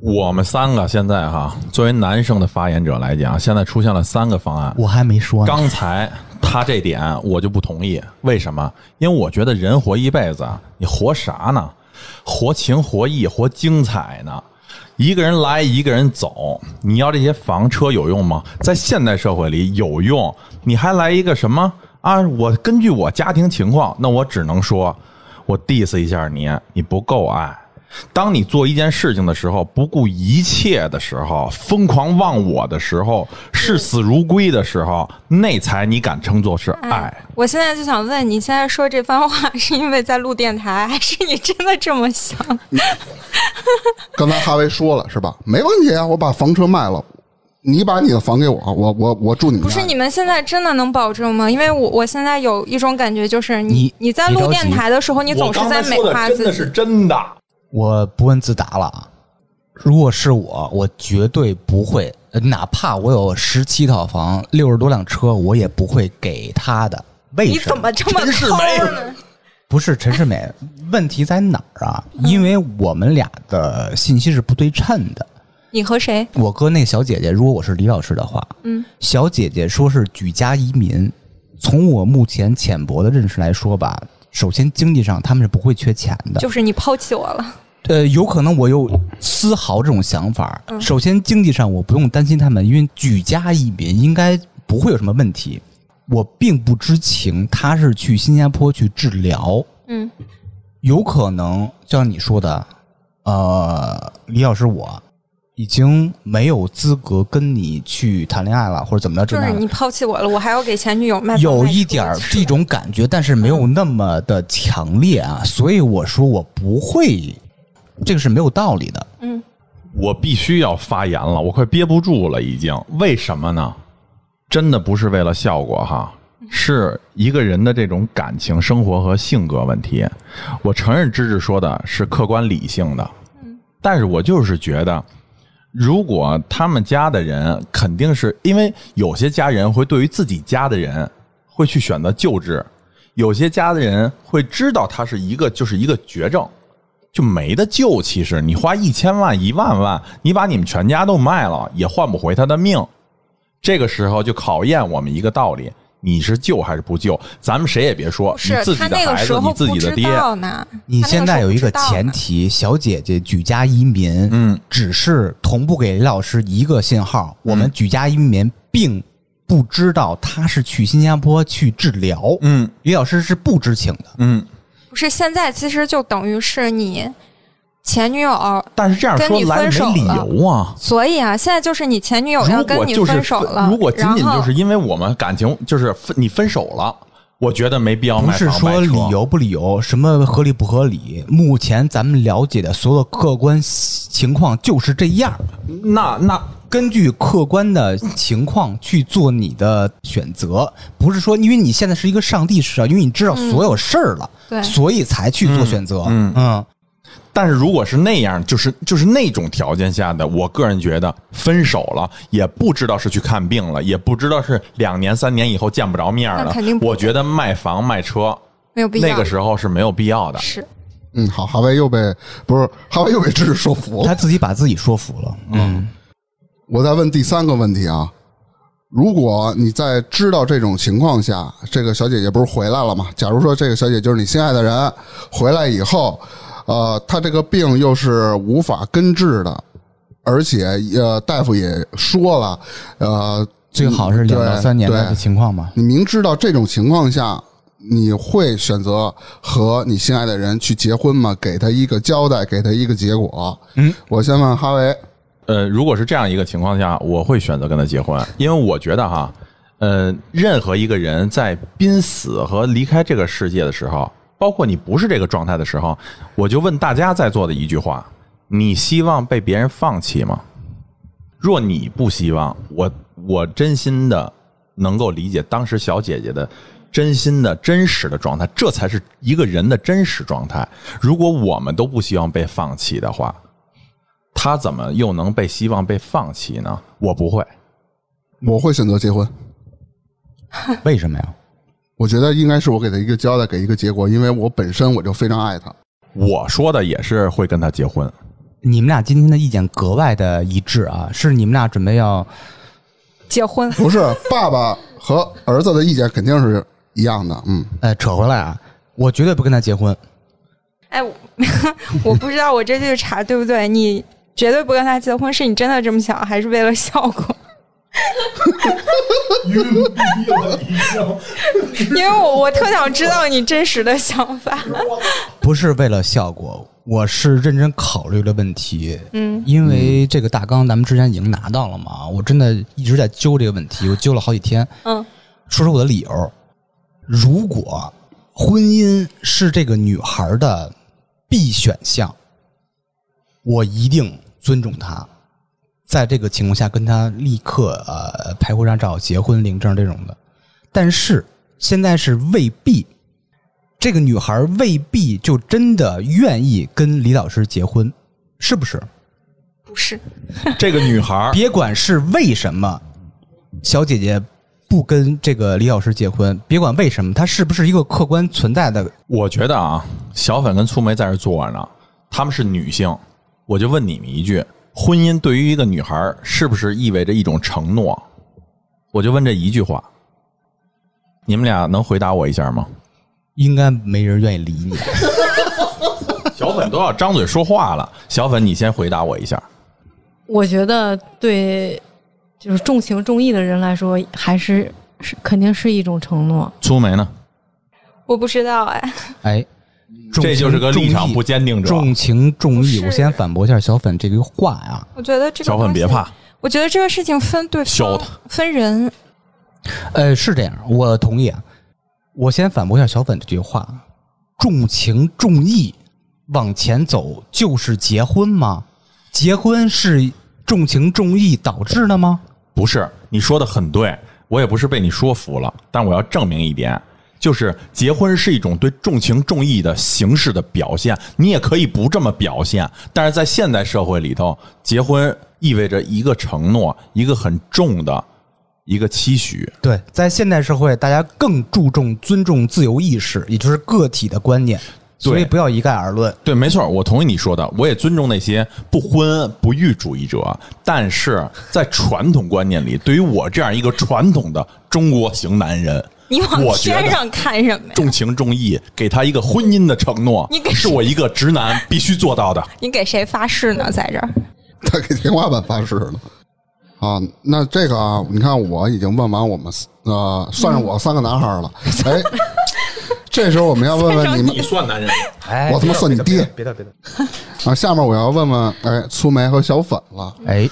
[SPEAKER 2] 我们三个现在哈，作为男生的发言者来讲，现在出现了三个方案。
[SPEAKER 3] 我还没说呢。
[SPEAKER 2] 刚才他这点我就不同意，为什么？因为我觉得人活一辈子，啊，你活啥呢？活情活义，活精彩呢。一个人来，一个人走，你要这些房车有用吗？在现代社会里有用，你还来一个什么啊？我根据我家庭情况，那我只能说，我 diss 一下你，你不够爱。当你做一件事情的时候，不顾一切的时候，疯狂忘我的时候，视死如归的时候，那才你敢称作是
[SPEAKER 1] 嗯
[SPEAKER 2] 爱。
[SPEAKER 1] 我现在就想问，你现在说这番话是因为在录电台，还是你真的这么想？
[SPEAKER 4] 刚才哈维说了是吧？没问题啊，我把房车卖了，你把你的房给我，我我我住你们
[SPEAKER 1] 不
[SPEAKER 4] 家。
[SPEAKER 1] 是你们现在真的能保证吗？因为我我现在有一种感觉，就是
[SPEAKER 3] 你
[SPEAKER 1] 你你在录电台的时候，你总是在美化自己。
[SPEAKER 2] 真的。
[SPEAKER 3] 我不问自答了啊。如果是我，我绝对不会，呃哪怕我有十七套房、六十多辆车，我也不会给他的。为
[SPEAKER 1] 你
[SPEAKER 3] 什
[SPEAKER 1] 怎
[SPEAKER 3] 么？
[SPEAKER 1] 么这么抠呢？
[SPEAKER 3] 不是陈世美，
[SPEAKER 1] 嗯
[SPEAKER 3] 问题在哪儿啊？因为我们俩的信息是不对称的。
[SPEAKER 1] 你和谁？
[SPEAKER 3] 我哥那个小姐姐，如果我是李老师的话，
[SPEAKER 1] 嗯，
[SPEAKER 3] 小姐姐说是举家移民。从我目前浅薄的认识来说吧，首先经济上他们是不会缺钱的，
[SPEAKER 1] 就是你抛弃我了。
[SPEAKER 3] 呃，有可能我有丝毫这种想法。
[SPEAKER 1] 嗯
[SPEAKER 3] 首先，经济上我不用担心他们，因为举家移民应该不会有什么问题。我并不知情，他是去新加坡去治疗，
[SPEAKER 1] 嗯
[SPEAKER 3] 有可能就像你说的，呃，李老师我已经没有资格跟你去谈恋爱了，或者怎么着
[SPEAKER 1] 就
[SPEAKER 3] 这
[SPEAKER 1] 是
[SPEAKER 3] 那
[SPEAKER 1] 你
[SPEAKER 3] 的。
[SPEAKER 1] 抛弃我了，我还要给前女友卖房
[SPEAKER 3] 有
[SPEAKER 1] 卖
[SPEAKER 3] 一
[SPEAKER 1] 车
[SPEAKER 3] 点儿
[SPEAKER 1] 是
[SPEAKER 3] 这种感觉，但是没有那么的强烈啊，所以我说我不会，这个是没有道理的。
[SPEAKER 1] 嗯，
[SPEAKER 2] 我必须要发言了，我快憋不住了，已经。为什么呢？真的不是为了效果哈，
[SPEAKER 1] 嗯
[SPEAKER 2] 是一个人的这种感情生活和性格问题。我承认芝芝说的是客观理性的，
[SPEAKER 1] 嗯
[SPEAKER 2] 但是我就是觉得，如果他们家的人肯定是因为有些家人会对于自己家的人会去选择救治，有些家的人会知道他是一个就是一个绝症，就没得救。其实你花一千万、一万万，你把你们全家都卖了，也换不回他的命。这个时候就考验我们一个道理：你是救还是不救？咱们谁也别说，
[SPEAKER 1] 不
[SPEAKER 2] 你
[SPEAKER 1] 是
[SPEAKER 2] 自
[SPEAKER 1] 他
[SPEAKER 2] 己的
[SPEAKER 1] 那个
[SPEAKER 2] 孩
[SPEAKER 1] 时
[SPEAKER 2] 子，
[SPEAKER 1] 候
[SPEAKER 2] 你自
[SPEAKER 1] 不
[SPEAKER 2] 己的
[SPEAKER 1] 知
[SPEAKER 2] 爹，
[SPEAKER 1] 道呢。
[SPEAKER 3] 你
[SPEAKER 1] 他那
[SPEAKER 3] 现
[SPEAKER 1] 个
[SPEAKER 3] 在
[SPEAKER 1] 时候
[SPEAKER 3] 有
[SPEAKER 1] 不
[SPEAKER 3] 一
[SPEAKER 1] 知
[SPEAKER 3] 个
[SPEAKER 1] 道呢
[SPEAKER 3] 前提，小姐姐举家移民，
[SPEAKER 2] 嗯，
[SPEAKER 3] 只是同步给李老师一个信号，我
[SPEAKER 2] 嗯
[SPEAKER 3] 们举家移民并不知道她是去新加坡去治疗，
[SPEAKER 2] 嗯
[SPEAKER 3] 李老师是不知情的。
[SPEAKER 2] 嗯。
[SPEAKER 1] 不是现在，其实就等于是你前女友，
[SPEAKER 2] 但是这样
[SPEAKER 1] 跟
[SPEAKER 2] 说
[SPEAKER 1] 你
[SPEAKER 2] 来
[SPEAKER 1] 分手
[SPEAKER 2] 没理
[SPEAKER 1] 了
[SPEAKER 2] 由啊。
[SPEAKER 1] 所以啊，现在就是你前女友要
[SPEAKER 2] 如
[SPEAKER 1] 跟
[SPEAKER 2] 果
[SPEAKER 1] 你
[SPEAKER 2] 就是
[SPEAKER 1] 分手
[SPEAKER 2] 分
[SPEAKER 1] 了，
[SPEAKER 2] 如果仅
[SPEAKER 1] 然
[SPEAKER 2] 仅就
[SPEAKER 1] 后
[SPEAKER 2] 是因为我们感情就是分你分手了，我觉得没必要
[SPEAKER 3] 不
[SPEAKER 2] 卖
[SPEAKER 3] 是
[SPEAKER 2] 哦房卖
[SPEAKER 3] 说
[SPEAKER 2] 车
[SPEAKER 3] 理由不理由，什么合理不合理？目前咱们了解的所有客观情况就是这样，
[SPEAKER 2] 那那
[SPEAKER 3] 根据客观的情况去做你的选择，不是说因为你现在是一个上帝视角，因为你知道所有事儿了，
[SPEAKER 1] 对
[SPEAKER 3] 所以才去做选择。
[SPEAKER 2] 嗯
[SPEAKER 3] 嗯
[SPEAKER 2] 但是如果是那样，就是就是那种条件下的，我个人觉得分手了也不知道是去看病了，也不知道是两年三年以后见不着面儿
[SPEAKER 1] 那
[SPEAKER 2] 了
[SPEAKER 1] 肯定。不
[SPEAKER 2] 我觉得卖房卖车
[SPEAKER 1] 没有必要。
[SPEAKER 2] 那个时候是没有必要的。
[SPEAKER 1] 是
[SPEAKER 4] 嗯，好，哈维又被不是哈维又被知识说服了
[SPEAKER 3] 他。自己把自己说服了。嗯，
[SPEAKER 4] 我再问第三个问题啊，如果你在知道这种情况下，这个小姐姐不是回来了吗？假如说这个小姐就是你心爱的人，回来以后，呃，她这个病又是无法根治的，而且呃，大夫也说了，呃，
[SPEAKER 3] 最好是两到
[SPEAKER 4] 对
[SPEAKER 3] 三年
[SPEAKER 4] 对
[SPEAKER 3] 的情况嘛。
[SPEAKER 4] 你明知道这种情况下，你会选择和你心爱的人去结婚吗？给他一个交代，给他一个结果。嗯，我先问哈维，
[SPEAKER 2] 呃，如果是这样一个情况下，我会选择跟他结婚，因为我觉得哈，呃，任何一个人在濒死和离开这个世界的时候，包括你不是这个状态的时候，我就问大家在座的一句话：你希望被别人放弃吗？若你不希望，我我真心的能够理解当时小姐姐的真心的真实的状态，这才是一个人的真实状态。如果我们都不希望被放弃的话，他怎么又能被希望被放弃呢？我不会，
[SPEAKER 4] 我会选择结婚。
[SPEAKER 3] 为什么呀？
[SPEAKER 4] 我觉得应该是我给他一个交代，给一个结果，因为我本身我就非常爱他。
[SPEAKER 2] 我说的也是会跟他结婚。
[SPEAKER 3] 你们俩今天的意见格外的一致啊！是你们俩准备要
[SPEAKER 1] 结婚，
[SPEAKER 4] 不是爸爸和儿子的意见肯定是一样的，嗯，
[SPEAKER 3] 呃扯回来啊？我绝对不跟他结婚。
[SPEAKER 1] 哎，我 我不知道我这句查对不对？你绝对不跟他结婚，是你真的这么想，还是为了效果？ 因为我我特想知道你真实的想法。
[SPEAKER 3] 不是为了效果，我是认真考虑了问题。嗯，因为这个大纲咱们之前已经拿到了嘛，我真的一直在揪这个问题，我揪了好几天。
[SPEAKER 1] 嗯，
[SPEAKER 3] 说说我的理由。如果婚姻是这个女孩的必选项，我一定尊重她。在这个情况下，跟她立刻呃拍婚纱照、结婚领证这种的，但是现在是未必，这个女孩未必就真的愿意跟李老师结婚，是不是？
[SPEAKER 2] 啊
[SPEAKER 1] 不是，
[SPEAKER 2] 这个女孩儿
[SPEAKER 3] 别管是为什么，小姐姐不跟这个李老师结婚，别管为什么，她是不是一个客观存在的？
[SPEAKER 2] 我觉得啊，小粉跟粗梅在这坐着呢，她们是女性，我就问你们一句：婚姻对于一个女孩儿是不是意味着一种承诺？我就问这一句话，你们俩能回答我一下吗？
[SPEAKER 3] 应该没人愿意 理你。
[SPEAKER 2] 小粉都要张嘴说话了，小粉你先回答我一下。
[SPEAKER 5] 我觉得对，就是重情重义的人来说，还是是肯定是一种承诺。
[SPEAKER 2] 粗眉呢？
[SPEAKER 1] 我不知道哎，
[SPEAKER 3] 哎，重
[SPEAKER 2] 这就是
[SPEAKER 3] 情
[SPEAKER 2] 个
[SPEAKER 3] 重
[SPEAKER 2] 立场
[SPEAKER 3] 义
[SPEAKER 2] 不坚定者。
[SPEAKER 3] 重情重义，
[SPEAKER 1] 不是
[SPEAKER 3] 我先反驳一下小粉这句话啊。
[SPEAKER 1] 我觉得这个
[SPEAKER 2] 小粉
[SPEAKER 1] 东西
[SPEAKER 2] 别怕，，
[SPEAKER 1] 我觉得这个事情分对
[SPEAKER 2] 削
[SPEAKER 1] 方
[SPEAKER 2] 他
[SPEAKER 1] 分人，
[SPEAKER 3] 呃，是这样，我同意啊。我先反驳一下小粉这句话：重情重义，往前走就是结婚吗？结婚是重情重义导致的吗？
[SPEAKER 2] 不是，你说的很对，我也不是被你说服了，但我要证明一点，就是结婚是一种对重情重义的形式的表现，你也可以不这么表现，但是在现代社会里头，结婚意味着一个承诺，一个很重的一个期许。
[SPEAKER 3] 对，在现代社会，大家更注重尊重自由意识，也就是个体的观念，所以
[SPEAKER 2] 对
[SPEAKER 3] 不要一概而论。
[SPEAKER 2] 对，没错，我同意你说的，我也尊重那些不婚不育主义者，但是在传统观念里，对于我这样一个传统的中国型男人，
[SPEAKER 1] 你往
[SPEAKER 2] 我觉得
[SPEAKER 1] 天上看什么呀？
[SPEAKER 2] 重情重义，给他一个婚姻的承诺
[SPEAKER 1] 你给，
[SPEAKER 2] 是我一个直男必须做到的。
[SPEAKER 1] 你给谁发誓呢？在这儿，
[SPEAKER 4] 他给天花板发誓了。啊，那这个啊，你看我已经问完我们四呃，算上我三个男孩了。哎，这时候我们要问问你 们
[SPEAKER 2] 算男人？
[SPEAKER 3] 哎
[SPEAKER 4] 我他妈算你爹
[SPEAKER 3] 别的别的，
[SPEAKER 4] 啊，下面我要问问哎，粗眉和小粉了。
[SPEAKER 3] 哎，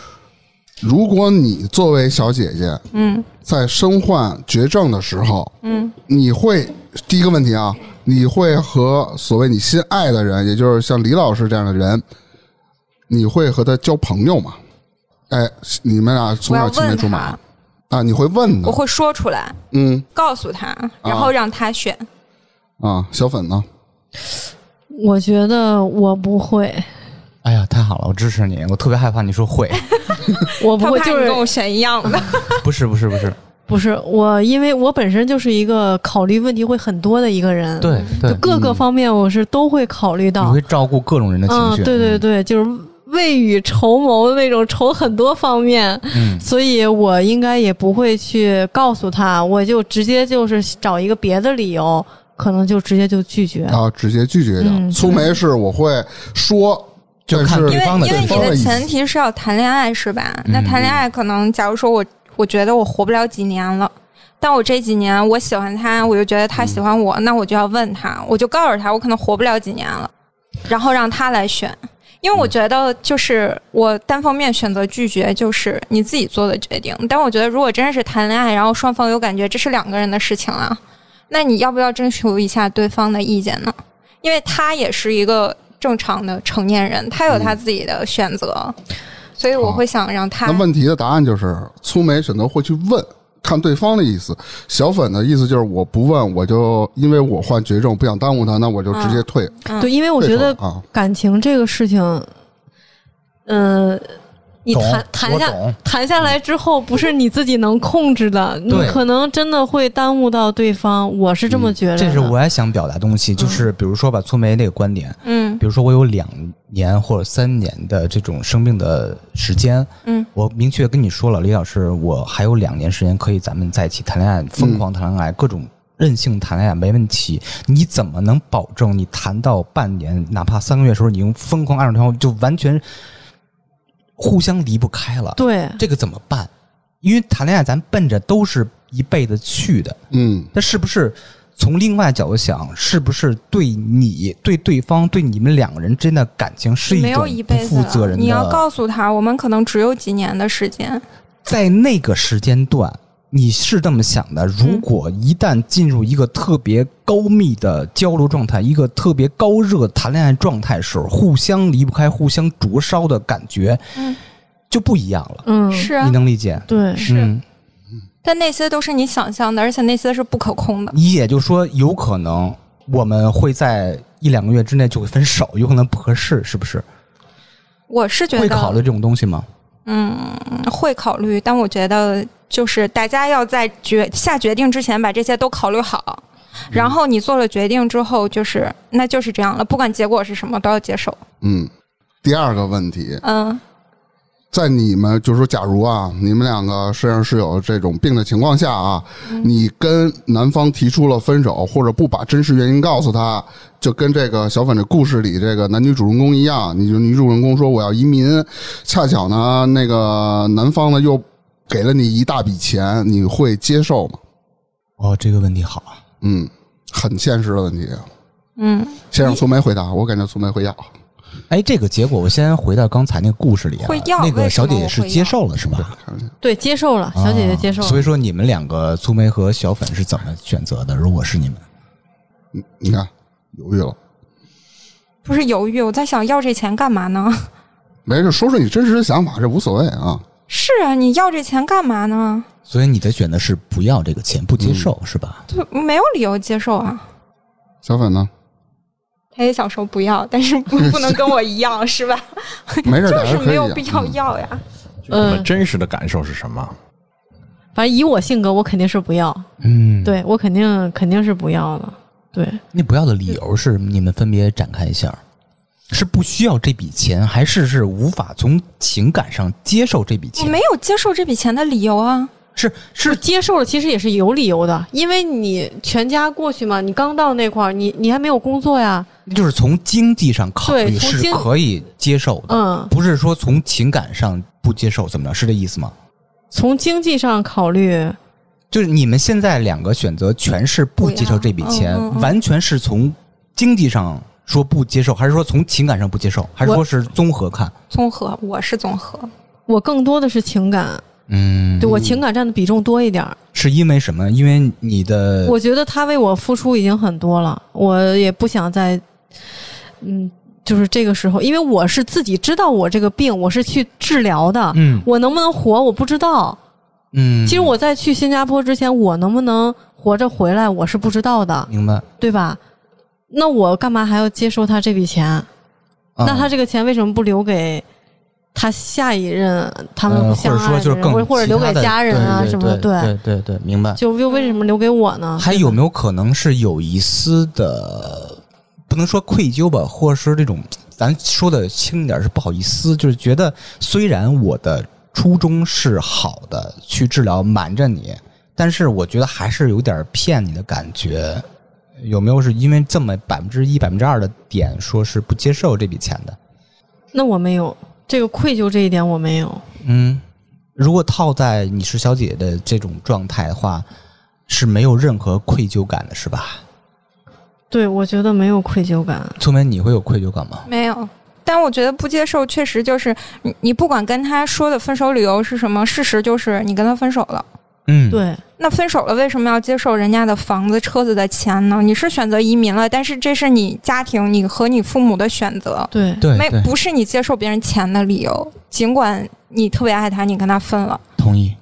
[SPEAKER 4] 如果你作为小姐姐，嗯，在身患绝症的时候，嗯，你会第一个问题啊，你会和所谓你心爱的人，也就是像李老师这样的人，你会和他交朋友吗？哎，你们俩从
[SPEAKER 1] 我要
[SPEAKER 4] 小青梅
[SPEAKER 1] 问
[SPEAKER 4] 竹马
[SPEAKER 1] 他，
[SPEAKER 4] 啊，你会问
[SPEAKER 1] 我
[SPEAKER 4] 的，
[SPEAKER 1] 会说出来，
[SPEAKER 4] 嗯
[SPEAKER 1] 告诉他，然后让他选。
[SPEAKER 4] 啊，小粉呢？
[SPEAKER 5] 我觉得我不会，
[SPEAKER 3] 哎呀，太好了，我支持你。我特别害怕你说 会，
[SPEAKER 5] 我不
[SPEAKER 1] 他
[SPEAKER 5] 会，
[SPEAKER 1] 怕你
[SPEAKER 5] 就是
[SPEAKER 1] 跟我选一样 的，
[SPEAKER 3] 不是不是不是，
[SPEAKER 5] 不是我，因为我本身就是一个考虑问题会很多的一个人，，
[SPEAKER 3] 对对嗯
[SPEAKER 5] 就，各个方面我是都会考虑
[SPEAKER 3] 你
[SPEAKER 5] 到，
[SPEAKER 3] 会照顾各种人的情
[SPEAKER 5] 嗯，
[SPEAKER 3] 绪。
[SPEAKER 5] 对对对，就是未雨绸缪的那种，愁很多方面，
[SPEAKER 3] 嗯
[SPEAKER 5] 所以我应该也不会去告诉他，我就直接就是找一个别的理由，可能就直接就拒绝。
[SPEAKER 4] 啊，直接拒绝掉。
[SPEAKER 5] 嗯
[SPEAKER 4] 粗眉是我会说，
[SPEAKER 3] 就
[SPEAKER 4] 但
[SPEAKER 3] 看
[SPEAKER 4] 是
[SPEAKER 3] 对
[SPEAKER 1] 因为
[SPEAKER 3] 方的
[SPEAKER 1] 因为
[SPEAKER 3] 对
[SPEAKER 1] 你
[SPEAKER 3] 方
[SPEAKER 4] 的
[SPEAKER 1] 的
[SPEAKER 4] 意思
[SPEAKER 1] 前提是要谈恋爱是吧？那谈恋爱可能，假如说我我觉得我活不了几年了。但我这几年我喜欢他，我就觉得他喜欢我，那我就要问他，我就告诉他我可能活不了几年了，然后让他来选，因
[SPEAKER 3] 嗯
[SPEAKER 1] 为我觉得就是我单方面选择拒绝就是你自己做的决定。但我觉得如果真是谈恋爱，然后双方有感觉，这是两个人的事情啊，那你要不要征求一下对方的意见呢？因为他也是一个正常的成年人，他有他
[SPEAKER 3] 嗯
[SPEAKER 1] 自己的选择，所以我会想让他
[SPEAKER 4] 那问题的答案就是，粗眉选择会去问，看对方的意思。小粉的意思就是，我不问，我就因为我患绝症，不想耽误他，那我就直接退。
[SPEAKER 5] 对，因为我觉
[SPEAKER 4] 退出了
[SPEAKER 5] 得
[SPEAKER 4] 啊，
[SPEAKER 5] 感情这个事情，嗯、你
[SPEAKER 3] 懂
[SPEAKER 5] 谈谈
[SPEAKER 3] 我
[SPEAKER 5] 下
[SPEAKER 3] 懂
[SPEAKER 5] 谈下来之后，不是你自己能控制的，你
[SPEAKER 3] 对
[SPEAKER 5] 可能真的会耽误到对方。我是这么觉得的、
[SPEAKER 3] 嗯这是我也想表达的东西，就是比如说吧，粗梅那个观点，
[SPEAKER 1] 嗯
[SPEAKER 3] 比如说我有两年或者三年的这种生病的时间，
[SPEAKER 1] 嗯，
[SPEAKER 3] 我明确跟你说了，李老师，我还有两年时间可以咱们在一起谈恋爱，疯狂谈恋爱，各种任性谈恋爱没问题。你怎么能保证你谈到半年，哪怕三个月的时候，你用疯狂爱上对方，就完全互相离不开了？
[SPEAKER 5] 对，
[SPEAKER 3] 这个怎么办？因为谈恋爱，咱奔着都是一辈子去的，
[SPEAKER 4] 嗯，
[SPEAKER 3] 那是不是从另外角度想，是不是对你、对对方、对你们两个人之间的感情是
[SPEAKER 1] 没
[SPEAKER 3] 一
[SPEAKER 1] 有
[SPEAKER 3] 种
[SPEAKER 1] 一辈
[SPEAKER 3] 不
[SPEAKER 1] 子
[SPEAKER 3] 负责
[SPEAKER 1] 了，
[SPEAKER 3] 任
[SPEAKER 1] 你要
[SPEAKER 3] 的？
[SPEAKER 1] 告诉他，我们可能只有几年的时间，
[SPEAKER 3] 在那个时间段，你是这么想的：如果一旦进入一个特别高密的交流状态，一个特别高热谈恋爱状态时候，互相离不开、互相灼烧的感觉，
[SPEAKER 1] 嗯
[SPEAKER 3] 就不一样了。
[SPEAKER 5] 嗯，
[SPEAKER 1] 是啊
[SPEAKER 3] 你，能理解？
[SPEAKER 5] 对，
[SPEAKER 1] 是
[SPEAKER 3] 嗯
[SPEAKER 1] 但那些都是你想象的，而且那些是不可控的。
[SPEAKER 3] 你也就说，有可能我们会在一两个月之内就会分手，有可能不合适，是不是？
[SPEAKER 1] 我是觉
[SPEAKER 3] 会
[SPEAKER 1] 得
[SPEAKER 3] 考虑这种东西吗？
[SPEAKER 1] 嗯，会考虑，但我觉得就是大家要在决下决定之前把这些都考虑好，然后你做了决定之后，就是那就是这样了，不管结果是什么都要接受。
[SPEAKER 4] 嗯，第二个问题，
[SPEAKER 1] 嗯，
[SPEAKER 4] 在你们就是说，假如啊，你们两个身上是有这种病的情况下啊，你跟男方提出了分手，或者不把真实原因告诉他，就跟这个小粉这故事里这个男女主人公一样，你就女主人公说我要移民，恰巧呢那个男方呢又给了你一大笔钱，你会接受吗？
[SPEAKER 3] 哦，这个问题好啊，
[SPEAKER 4] 嗯，很现实的问题。
[SPEAKER 1] 嗯，
[SPEAKER 4] 先让苏梅回答，我感觉苏梅会要。
[SPEAKER 3] 哎，这个结果我先回到刚才那个故事里啊
[SPEAKER 1] 会要，
[SPEAKER 3] 那个
[SPEAKER 1] 为什
[SPEAKER 3] 小
[SPEAKER 1] 么
[SPEAKER 3] 姐姐
[SPEAKER 1] 我
[SPEAKER 3] 是
[SPEAKER 1] 会
[SPEAKER 3] 接
[SPEAKER 1] 要
[SPEAKER 3] 受了是吧？
[SPEAKER 5] 对，接受了，小姐姐接受了。
[SPEAKER 3] 啊所以说你们两个粗眉和小粉是怎么选择的？如果是你们，
[SPEAKER 4] 你看，犹豫了，
[SPEAKER 1] 不是犹豫，我在想要这钱干嘛呢？
[SPEAKER 4] 没事，说说你真实的想法，这无所谓啊。
[SPEAKER 1] 是啊，你要这钱干嘛呢？
[SPEAKER 3] 所以你的选择是不要这个钱，不接受、是吧？
[SPEAKER 1] 就没有理由接受啊。
[SPEAKER 4] 小粉呢？
[SPEAKER 1] 他也想说不要，但是不不能跟我一样，是吧？
[SPEAKER 4] 没事，
[SPEAKER 1] 就
[SPEAKER 4] 大家
[SPEAKER 1] 是
[SPEAKER 4] 可以
[SPEAKER 1] 没有
[SPEAKER 4] 啊
[SPEAKER 1] 必要
[SPEAKER 4] 嗯
[SPEAKER 1] 要呀。
[SPEAKER 2] 你
[SPEAKER 5] 嗯
[SPEAKER 2] 们，真实的感受是什么？
[SPEAKER 5] 反正以我性格，我肯定是不要。
[SPEAKER 3] 嗯，
[SPEAKER 5] 对我肯定肯定是不要的。对，
[SPEAKER 3] 那不要的理由是你们分别展开一下，是不需要这笔钱，还是是无法从情感上接受这笔
[SPEAKER 1] 我
[SPEAKER 3] 钱？
[SPEAKER 1] 没有接受这笔钱的理由啊。
[SPEAKER 3] 是是
[SPEAKER 5] 接受了其实也是有理由的，因为你全家过去嘛，你刚到那块儿，你你还没有工作呀，
[SPEAKER 3] 就是从经济上考虑
[SPEAKER 5] 对从
[SPEAKER 3] 是
[SPEAKER 5] 经
[SPEAKER 3] 可以接受的，
[SPEAKER 5] 嗯，
[SPEAKER 3] 不是说从情感上不接受，怎么着？是这意思吗？
[SPEAKER 5] 从经济上考虑，
[SPEAKER 3] 就是你们现在两个选择全是不接受这笔钱，
[SPEAKER 1] 不要嗯嗯嗯
[SPEAKER 3] 完全是从经济上说不接受，还是说从情感上不接受，还是说是综合看？
[SPEAKER 1] 综合，我是综合，
[SPEAKER 5] 我更多的是情感，
[SPEAKER 3] 嗯
[SPEAKER 5] 对我情感占的比重多一点儿。
[SPEAKER 3] 是因为什么？因为你的
[SPEAKER 5] 我觉得他为我付出已经很多了，我也不想再，嗯，就是这个时候，因为我是自己知道我这个病，我是去治疗的，
[SPEAKER 3] 嗯
[SPEAKER 5] 我能不能活我不知道。
[SPEAKER 3] 嗯，
[SPEAKER 5] 其实我在去新加坡之前，我能不能活着回来，我是不知道的，
[SPEAKER 3] 明白，嗯
[SPEAKER 5] 对吧？那我干嘛还要接受他这笔钱？
[SPEAKER 3] 啊
[SPEAKER 5] 那他这个钱为什么不留给他下一任他们
[SPEAKER 3] 呃
[SPEAKER 5] 相
[SPEAKER 3] 或者
[SPEAKER 5] 爱
[SPEAKER 3] 说
[SPEAKER 5] 的人，
[SPEAKER 3] 就是更
[SPEAKER 5] 或者或者
[SPEAKER 3] 其他
[SPEAKER 5] 留给
[SPEAKER 3] 的
[SPEAKER 5] 家人啊
[SPEAKER 3] 对对
[SPEAKER 5] 什么的？
[SPEAKER 3] 对对对对，明白。
[SPEAKER 5] 就又为什么留给我呢？
[SPEAKER 3] 还有没有可能是有一丝的，不能说愧疚吧，或者是这种，咱说的轻一点是不好意思，就是觉得虽然我的初衷是好的，去治疗瞒着你，但是我觉得还是有点骗你的感觉。有没有是因为这么百分之一、百分之二的点说是不接受这笔钱的？
[SPEAKER 5] 那我没有这个愧疚这一点，我没有。
[SPEAKER 3] 嗯，如果套在你是小姐的这种状态的话，是没有任何愧疚感的，是吧？
[SPEAKER 5] 对，我觉得没有愧疚感。
[SPEAKER 3] 聪明，你会有愧疚感吗？
[SPEAKER 1] 没有。但我觉得不接受，确实就是你，你不管跟他说的分手理由是什么，事实就是你跟他分手了。
[SPEAKER 3] 嗯，
[SPEAKER 5] 对，
[SPEAKER 1] 那分手了，为什么要接受人家的房子、车子的钱呢？你是选择移民了，但是这是你家庭、你和你父母的选择，
[SPEAKER 5] 对，
[SPEAKER 3] 对
[SPEAKER 1] 没
[SPEAKER 3] 对，
[SPEAKER 1] 不是你接受别人钱的理由。尽管你特别爱他，你跟他分了，
[SPEAKER 3] 同意。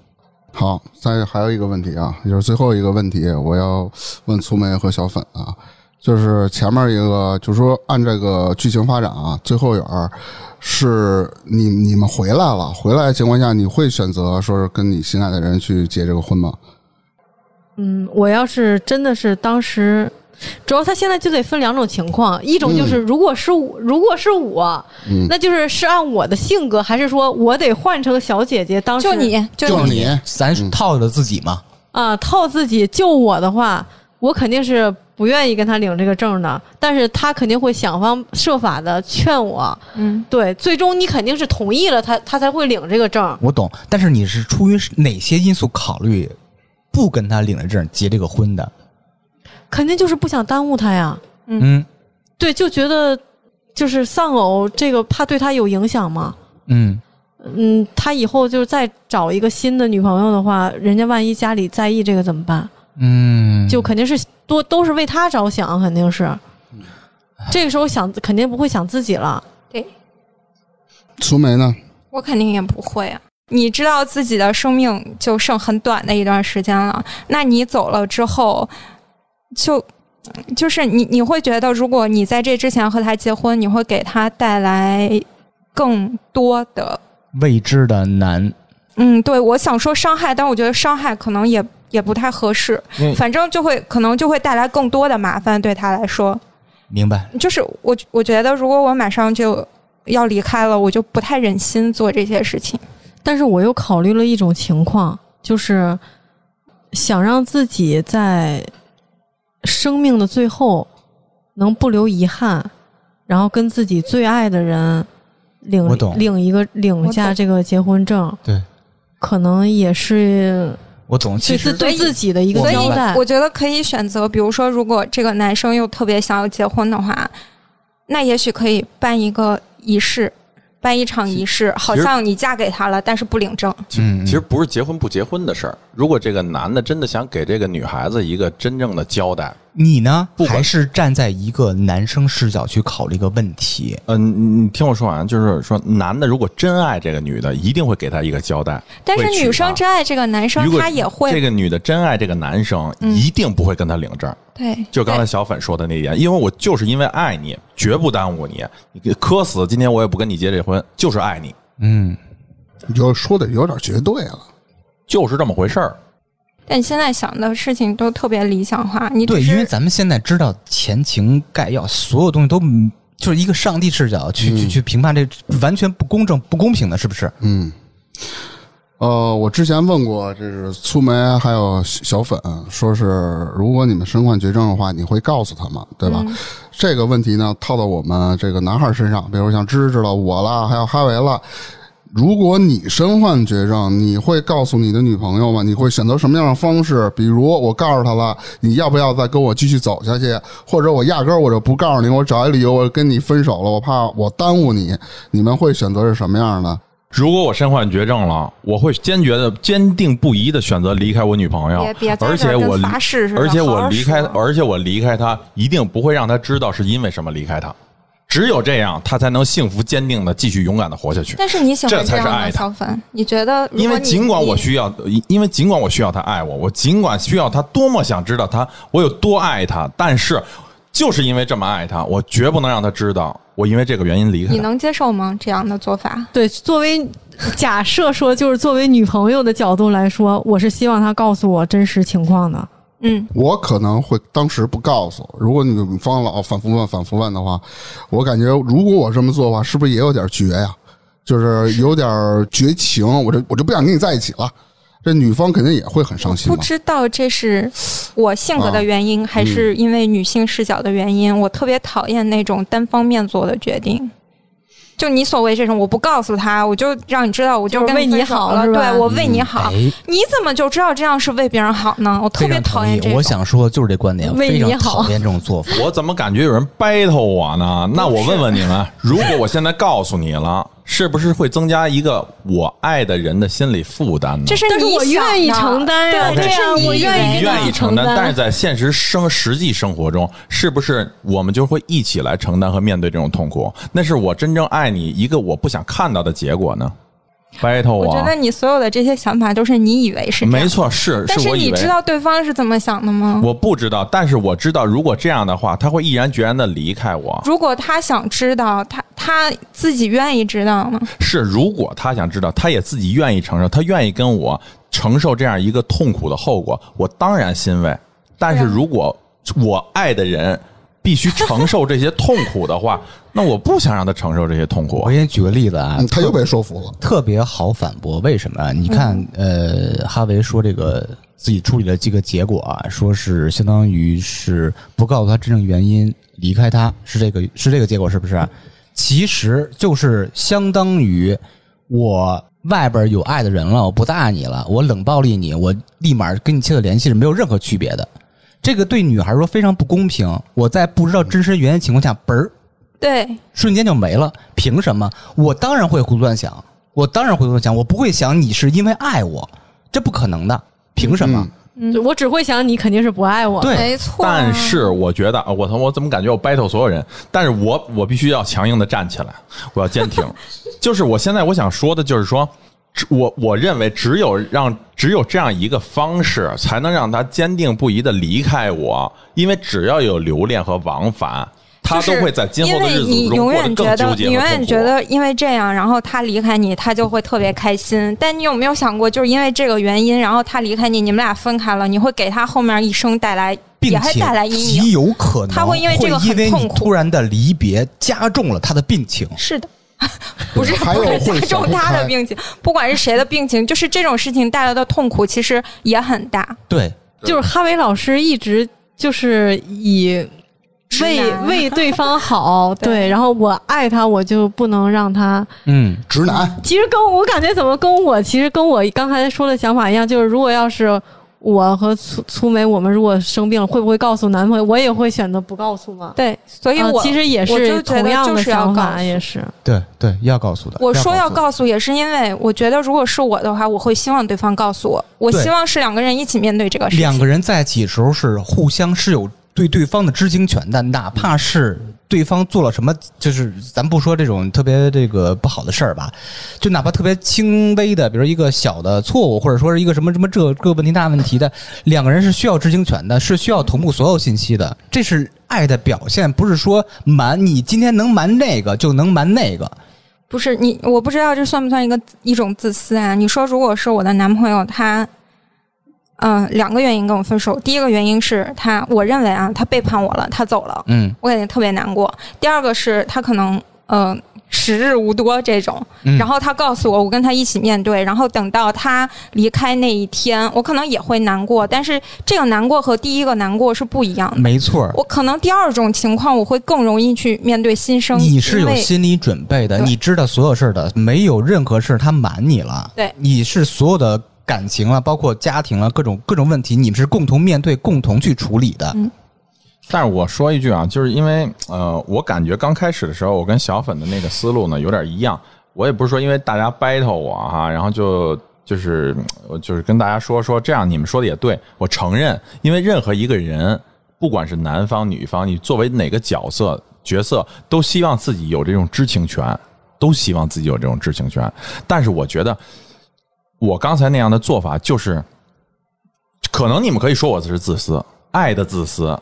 [SPEAKER 4] 好，再还有一个问题啊，也就是最后一个问题，我要问粗梅和小粉啊，就是前面一个，就是说按这个剧情发展啊，最后一儿是你你们回来了，回来的情况下，你会选择说是跟你心爱的人去结这个婚吗？
[SPEAKER 5] 嗯，我要是真的是当时，主要他现在就得分两种情况，一种就是
[SPEAKER 3] 嗯
[SPEAKER 5] 如果是我，如果是我，
[SPEAKER 4] 嗯
[SPEAKER 5] 那就是是按我的性格，还是说我得换成小姐姐？当时
[SPEAKER 1] 就你就
[SPEAKER 4] 就是
[SPEAKER 1] 你
[SPEAKER 4] 你，
[SPEAKER 3] 咱
[SPEAKER 2] 嗯
[SPEAKER 3] 套着自己嘛，
[SPEAKER 5] 啊，套自己救我的话，我肯定是不愿意跟他领这个证的，但是他肯定会想方设法的劝我。
[SPEAKER 1] 嗯，
[SPEAKER 5] 对，最终你肯定是同意了他，他才会领这个证。
[SPEAKER 3] 我懂。但是你是出于哪些因素考虑不跟他领了证结这个婚的？
[SPEAKER 5] 肯定就是不想耽误他呀。
[SPEAKER 3] 嗯
[SPEAKER 5] 对，就觉得就是丧偶这个怕对他有影响嘛。
[SPEAKER 3] 嗯，
[SPEAKER 5] 嗯，他以后就是再找一个新的女朋友的话，人家万一家里在意这个怎么办？
[SPEAKER 3] 嗯，
[SPEAKER 5] 就肯定是多都是为他着想，肯定是。这个时候想肯定不会想自己了。
[SPEAKER 1] 对
[SPEAKER 4] 苏梅呢？
[SPEAKER 1] 我肯定也不会啊。你知道自己的生命就剩很短的一段时间了，那你走了之后，就就是你你会觉得，如果你在这之前和他结婚，你会给他带来更多的
[SPEAKER 3] 未知的难。
[SPEAKER 1] 嗯，对，我想说伤害，但我觉得伤害可能也也不太合适，
[SPEAKER 2] 嗯
[SPEAKER 1] 反正就会可能就会带来更多的麻烦对他来说。
[SPEAKER 3] 明白，
[SPEAKER 1] 就是我我觉得，如果我马上就要离开了，我就不太忍心做这些事情。
[SPEAKER 5] 但是我又考虑了一种情况，就是想让自己在生命的最后能不留遗憾，然后跟自己最爱的人领
[SPEAKER 3] 我懂
[SPEAKER 5] 领一个领一
[SPEAKER 1] 我
[SPEAKER 5] 下
[SPEAKER 1] 懂
[SPEAKER 5] 这个结婚证，
[SPEAKER 3] 对
[SPEAKER 5] 可能也是
[SPEAKER 3] 我懂，
[SPEAKER 5] 对
[SPEAKER 3] 其
[SPEAKER 5] 自
[SPEAKER 3] 实
[SPEAKER 5] 对自己的一个
[SPEAKER 3] 我
[SPEAKER 1] 所以
[SPEAKER 5] 交
[SPEAKER 3] 明
[SPEAKER 5] 代。
[SPEAKER 1] 我觉得可以选择，比如说，如果这个男生又特别想要结婚的话，那也许可以办一个仪式，办一场仪式，好
[SPEAKER 2] 其实
[SPEAKER 1] 像你嫁给他了，但是不领证。
[SPEAKER 3] 嗯，
[SPEAKER 2] 其实不是结婚不结婚的事儿。如果这个男的真的想给这个女孩子一个真正的交代，
[SPEAKER 3] 你呢，
[SPEAKER 2] 不管
[SPEAKER 3] 还是站在一个男生视角去考虑一个问题。
[SPEAKER 2] 嗯、你你听我说完，就是说男的如果真爱这个女的，一定会给她一个交代。
[SPEAKER 1] 但是
[SPEAKER 2] 会娶
[SPEAKER 1] 女
[SPEAKER 2] 她
[SPEAKER 1] 生真爱这个男生
[SPEAKER 2] 如，果
[SPEAKER 1] 他也会、
[SPEAKER 2] 这个女的真爱这个男生，
[SPEAKER 1] 嗯
[SPEAKER 2] 一定不会跟他领证。
[SPEAKER 1] 对，
[SPEAKER 2] 就刚才小粉说的那一点，因为我就是因为爱你，绝不耽误你，你磕死今天我也不跟你结这婚，就是爱你，
[SPEAKER 3] 嗯，
[SPEAKER 4] 你就说的有点绝对了。
[SPEAKER 2] 就是这么回事儿。
[SPEAKER 1] 但你现在想的事情都特别理想化，你只
[SPEAKER 3] 对，
[SPEAKER 1] 是
[SPEAKER 3] 因为咱们现在知道前情概要，所有东西都嗯就是一个上帝视角去、
[SPEAKER 2] 嗯
[SPEAKER 3] 去去评判这完全不公正、不公平的，是不是？
[SPEAKER 4] 嗯，呃，我之前问过，这是粗梅还有小粉，说是如果你们身患绝症的话，你会告诉他们，对吧？这个问题呢，套到我们这个男孩身上，比如像芝芝了、我啦，还有哈维啦。如果你身患绝症，你会告诉你的女朋友吗？你会选择什么样的方式？比如我告诉她了，你要不要再跟我继续走下去？或者我压根儿我就不告诉你，我找一理由我跟你分手了，我怕我耽误你。你们会选择是什么样的？
[SPEAKER 2] 如果我身患绝症了，我会坚决的、坚定不移的选择离开我女朋友
[SPEAKER 1] 别别，在这
[SPEAKER 2] 而且
[SPEAKER 1] 儿
[SPEAKER 2] 我
[SPEAKER 1] 跟发誓似的，
[SPEAKER 2] 而且
[SPEAKER 1] 好
[SPEAKER 2] 我
[SPEAKER 1] 好
[SPEAKER 2] 离开，
[SPEAKER 1] 说
[SPEAKER 2] 而且我离开她，一定不会让她知道是因为什么离开她，只有这样，她才能幸福、坚定的继续勇敢的活下去。
[SPEAKER 1] 但是你喜
[SPEAKER 2] 这
[SPEAKER 1] 欢
[SPEAKER 2] 才是
[SPEAKER 1] 样
[SPEAKER 2] 爱
[SPEAKER 1] 的
[SPEAKER 2] 他
[SPEAKER 1] 小粉，你觉得如
[SPEAKER 2] 因
[SPEAKER 1] 果
[SPEAKER 2] 为
[SPEAKER 1] 你
[SPEAKER 2] 尽管我
[SPEAKER 1] 你
[SPEAKER 2] 需要，因为尽管我需要他爱我，我尽管需要他多么想知道他我有多爱他，但是就是因为这么爱他，我绝不能让他知道我因为这个原因离开
[SPEAKER 1] 你
[SPEAKER 2] 他。
[SPEAKER 1] 能接受吗？这样的做法？
[SPEAKER 5] 对，作为假设说，就是作为女朋友的角度来说，我是希望她告诉我真实情况的。
[SPEAKER 1] 嗯，
[SPEAKER 4] 我可能会当时不告诉。如果女方老哦反复问、反复问的话，我感觉如果我这么做的话，是不是也有点绝呀、就是有点绝情，我这我就不想跟你在一起了。这女方肯定也会很伤心
[SPEAKER 1] 不
[SPEAKER 4] 吧？
[SPEAKER 1] 知道这是我性格
[SPEAKER 4] 啊
[SPEAKER 1] 的原因，还是因为女性视角的原因。我特别讨厌那种单方面做的决定。就你所谓这种，我不告诉他，我就让你知道，我
[SPEAKER 5] 就是
[SPEAKER 1] 跟
[SPEAKER 5] 为你
[SPEAKER 1] 分手
[SPEAKER 5] 好
[SPEAKER 1] 了，
[SPEAKER 5] 是吧
[SPEAKER 1] 对我为你好。
[SPEAKER 3] 哎，
[SPEAKER 1] 你怎么就知道这样是为别人好呢？我特
[SPEAKER 3] 非
[SPEAKER 1] 别
[SPEAKER 3] 常
[SPEAKER 1] 讨
[SPEAKER 3] 同
[SPEAKER 1] 厌
[SPEAKER 3] 意
[SPEAKER 1] 这。种。
[SPEAKER 3] 我想说的就是这观点，
[SPEAKER 5] 为
[SPEAKER 3] 非
[SPEAKER 5] 你
[SPEAKER 3] 常
[SPEAKER 5] 好
[SPEAKER 3] 讨厌这种做法。
[SPEAKER 2] 我怎么感觉有人 battle 我呢？那我问问你 们，如果我现在告诉你了，是不是会增加一个我爱的人的心理负担呢？
[SPEAKER 1] 这是
[SPEAKER 5] 但是
[SPEAKER 1] 你
[SPEAKER 5] 我
[SPEAKER 1] 想
[SPEAKER 5] 愿意
[SPEAKER 1] 的
[SPEAKER 5] 承担啊呀
[SPEAKER 1] 对，这
[SPEAKER 5] 对
[SPEAKER 1] 是
[SPEAKER 5] 呀
[SPEAKER 1] 你
[SPEAKER 5] 我愿
[SPEAKER 2] 哦你
[SPEAKER 5] 意
[SPEAKER 2] 愿意承
[SPEAKER 5] 承
[SPEAKER 2] 担，
[SPEAKER 5] 担
[SPEAKER 2] 但是在现实生实际生活中，是不是我们就会一起来承担和面对这种痛苦？那是我真正爱你一个我不想看到的结果呢？battle
[SPEAKER 1] 我觉
[SPEAKER 2] 啊
[SPEAKER 1] 得，你所有的这些想法都是你以为是这样
[SPEAKER 2] 没，错，是
[SPEAKER 1] 但
[SPEAKER 2] 是
[SPEAKER 1] 是
[SPEAKER 2] 我以
[SPEAKER 1] 你
[SPEAKER 2] 为
[SPEAKER 1] 知。道对方是怎么想的吗？
[SPEAKER 2] 我不知道，但是我知道，如果这样的话，他会毅然决然的离开我。
[SPEAKER 1] 如果他想知道，他他自己愿意知道吗？
[SPEAKER 2] 是，如果他想知道，他也自己愿意承受，他愿意跟我承受这样一个痛苦的后果，我当然欣慰。但是
[SPEAKER 1] 对啊
[SPEAKER 2] 如果我爱的人必须承受这些痛苦的话， 那我不想让他承受这些痛苦
[SPEAKER 3] 我。给你举个例子啊
[SPEAKER 4] 嗯，他又被说服了。
[SPEAKER 3] 特别好反驳。为什么？啊你看，呃，哈维说这个自己处理了这个结果啊，说是相当于是不告诉他真正原因，离开他是这个是这个结果，是不是？其实就是相当于我外边有爱的人了，我不搭理你了，我冷暴力你，我立马跟你切断联系是没有任何区别的。这个对女孩说非常不公平。我在不知道真实原因情况下，嘣儿
[SPEAKER 1] 对，
[SPEAKER 3] 瞬间就没了。凭什么？我当然会胡思乱想，我当然会胡思乱想，我不会想你是因为爱我，这不可能的。凭什么？
[SPEAKER 1] 嗯
[SPEAKER 5] 就我只会想你肯定是不爱我。
[SPEAKER 3] 对，
[SPEAKER 1] 没错啊。
[SPEAKER 2] 但是我觉得，啊我操，我怎么感觉我 battle 所有人？但是我我必须要强硬的站起来，我 要坚挺。就是我现在我想说的，就是说，只我我认为只有让只有这样一个方式，才能让他坚定不移的离开我，因为只要有留恋和往返，他
[SPEAKER 1] 就
[SPEAKER 2] 都
[SPEAKER 1] 是
[SPEAKER 2] 会在今后的
[SPEAKER 1] 因
[SPEAKER 2] 日
[SPEAKER 1] 为你
[SPEAKER 2] 子中
[SPEAKER 1] 永
[SPEAKER 2] 过得
[SPEAKER 1] 远觉
[SPEAKER 2] 更
[SPEAKER 1] 得
[SPEAKER 2] 纠，结
[SPEAKER 1] 你永
[SPEAKER 2] 和痛
[SPEAKER 1] 远
[SPEAKER 2] 苦
[SPEAKER 1] 觉得因为这样，然后他离开你，他就会特别开心。但你有没有想过，就是因为这个原因，然后他离开你，你们俩分开了，你会给他后面一生带来，也
[SPEAKER 3] 并
[SPEAKER 1] 会
[SPEAKER 3] 且
[SPEAKER 1] 带来阴
[SPEAKER 3] 极
[SPEAKER 1] 影。
[SPEAKER 3] 有可能
[SPEAKER 1] 他会因为这个很
[SPEAKER 3] 会因为
[SPEAKER 1] 痛
[SPEAKER 3] 你
[SPEAKER 1] 苦
[SPEAKER 3] 突然的离别加重了他的病情。
[SPEAKER 1] 是的， 不是
[SPEAKER 4] 还
[SPEAKER 1] 不
[SPEAKER 4] 有
[SPEAKER 1] 是
[SPEAKER 4] 会
[SPEAKER 1] 加
[SPEAKER 4] 想
[SPEAKER 1] 重
[SPEAKER 4] 不
[SPEAKER 1] 他的
[SPEAKER 4] 开
[SPEAKER 1] 病情，不管是谁的病情，就是这种事情带来的痛苦其实也很大。
[SPEAKER 6] 对，
[SPEAKER 5] 就是哈维老师一直就是以
[SPEAKER 1] 直
[SPEAKER 5] 为
[SPEAKER 1] 男
[SPEAKER 5] 为对方好，
[SPEAKER 1] 对
[SPEAKER 5] 对，然后我爱他，我就不能让他。
[SPEAKER 3] 嗯，
[SPEAKER 4] 直男，
[SPEAKER 5] 其实跟我感觉怎么跟我其实跟我刚才说的想法一样，就是如果要是我和粗粗梅我们如果生病了，会不会告诉男朋友？我也会选择不告诉嘛。
[SPEAKER 1] 对，所以
[SPEAKER 5] 啊
[SPEAKER 1] 我、
[SPEAKER 5] 其实也
[SPEAKER 1] 我就是觉得
[SPEAKER 5] 同样
[SPEAKER 1] 就
[SPEAKER 5] 的
[SPEAKER 1] 是要
[SPEAKER 5] 想
[SPEAKER 1] 告
[SPEAKER 5] 法，
[SPEAKER 1] 诉
[SPEAKER 5] 也是
[SPEAKER 3] 对对，要告诉的。
[SPEAKER 1] 我说要
[SPEAKER 3] 诉的
[SPEAKER 1] 告诉，也是因为我觉得如果是我的话，我会希望对方告诉我，我
[SPEAKER 3] 对
[SPEAKER 1] 希望是两个人一起面对这个事情。
[SPEAKER 3] 两个人在一起的时候是互相是有对对方的知情权的，哪怕是对方做了什么，就是咱不说这种特别这个不好的事儿吧，就哪怕特别轻微的，比如一个小的错误，或者说是一个什么什么这这个问题那问题的，两个人是需要知情权的，是需要同步所有信息的，这是爱的表现，不是说瞒你今天能瞒那个就能瞒那个，
[SPEAKER 1] 不是你，我不知道这算不算一个一种自私啊？你说，如果是我的男朋友，他，嗯、两个原因跟我分手。第一个原因是他，我认为啊，他背叛我了，他走了，
[SPEAKER 3] 嗯
[SPEAKER 1] 我感觉特别难过。第二个是他可能，嗯、时日无多这种，
[SPEAKER 3] 嗯，
[SPEAKER 1] 然后他告诉我，我跟他一起面对，然后等到他离开那一天，我可能也会难过，但是这个难过和第一个难过是不一样的。
[SPEAKER 3] 没错儿，
[SPEAKER 1] 我可能第二种情况，我会更容易去面对新生，
[SPEAKER 3] 你是
[SPEAKER 1] 因
[SPEAKER 3] 有
[SPEAKER 1] 为
[SPEAKER 3] 心理准备的，
[SPEAKER 1] 对
[SPEAKER 3] 你知道所有事儿的，没有任何事儿他瞒你了。
[SPEAKER 1] 对
[SPEAKER 3] 你是所有的感情啊，包括家庭啊，各种各种问题，你们是共同面对、共同去处理的。
[SPEAKER 1] 嗯
[SPEAKER 2] 但是我说一句啊，就是因为呃，我感觉刚开始的时候，我跟小粉的那个思路呢有点一样。我也不是说因为大家 battle 我哈、然后就就是嗯我就是跟大家说说这样，你们说的也对，我承认，因为任何一个人，不管是男方女方，你作为哪个角色角色，都希望自己有这种知情权，都希望自己有这种知情权。但是我觉得，我刚才那样的做法就是，可能你们可以说我是自私，爱的自私，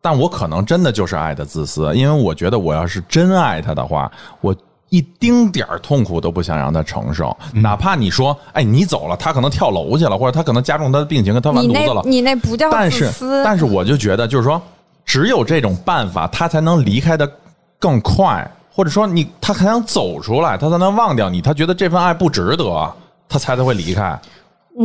[SPEAKER 2] 但我可能真的就是爱的自私，因为我觉得我要是真爱他的话，我一丁点儿痛苦都不想让他承受，哪怕你说，哎，你走了，他可能跳楼去了，或者他可能加重他的病情，他完
[SPEAKER 1] 你
[SPEAKER 2] 犊子
[SPEAKER 1] 那
[SPEAKER 2] 了，
[SPEAKER 1] 你那不叫
[SPEAKER 2] 但
[SPEAKER 1] 自
[SPEAKER 2] 是
[SPEAKER 1] 私，嗯
[SPEAKER 2] 但是我就觉得，就是说，只有这种办法，他才能离开的更快，或者说你他才能走出来，他才能忘掉你，他觉得这份爱不值得，他才才会离开。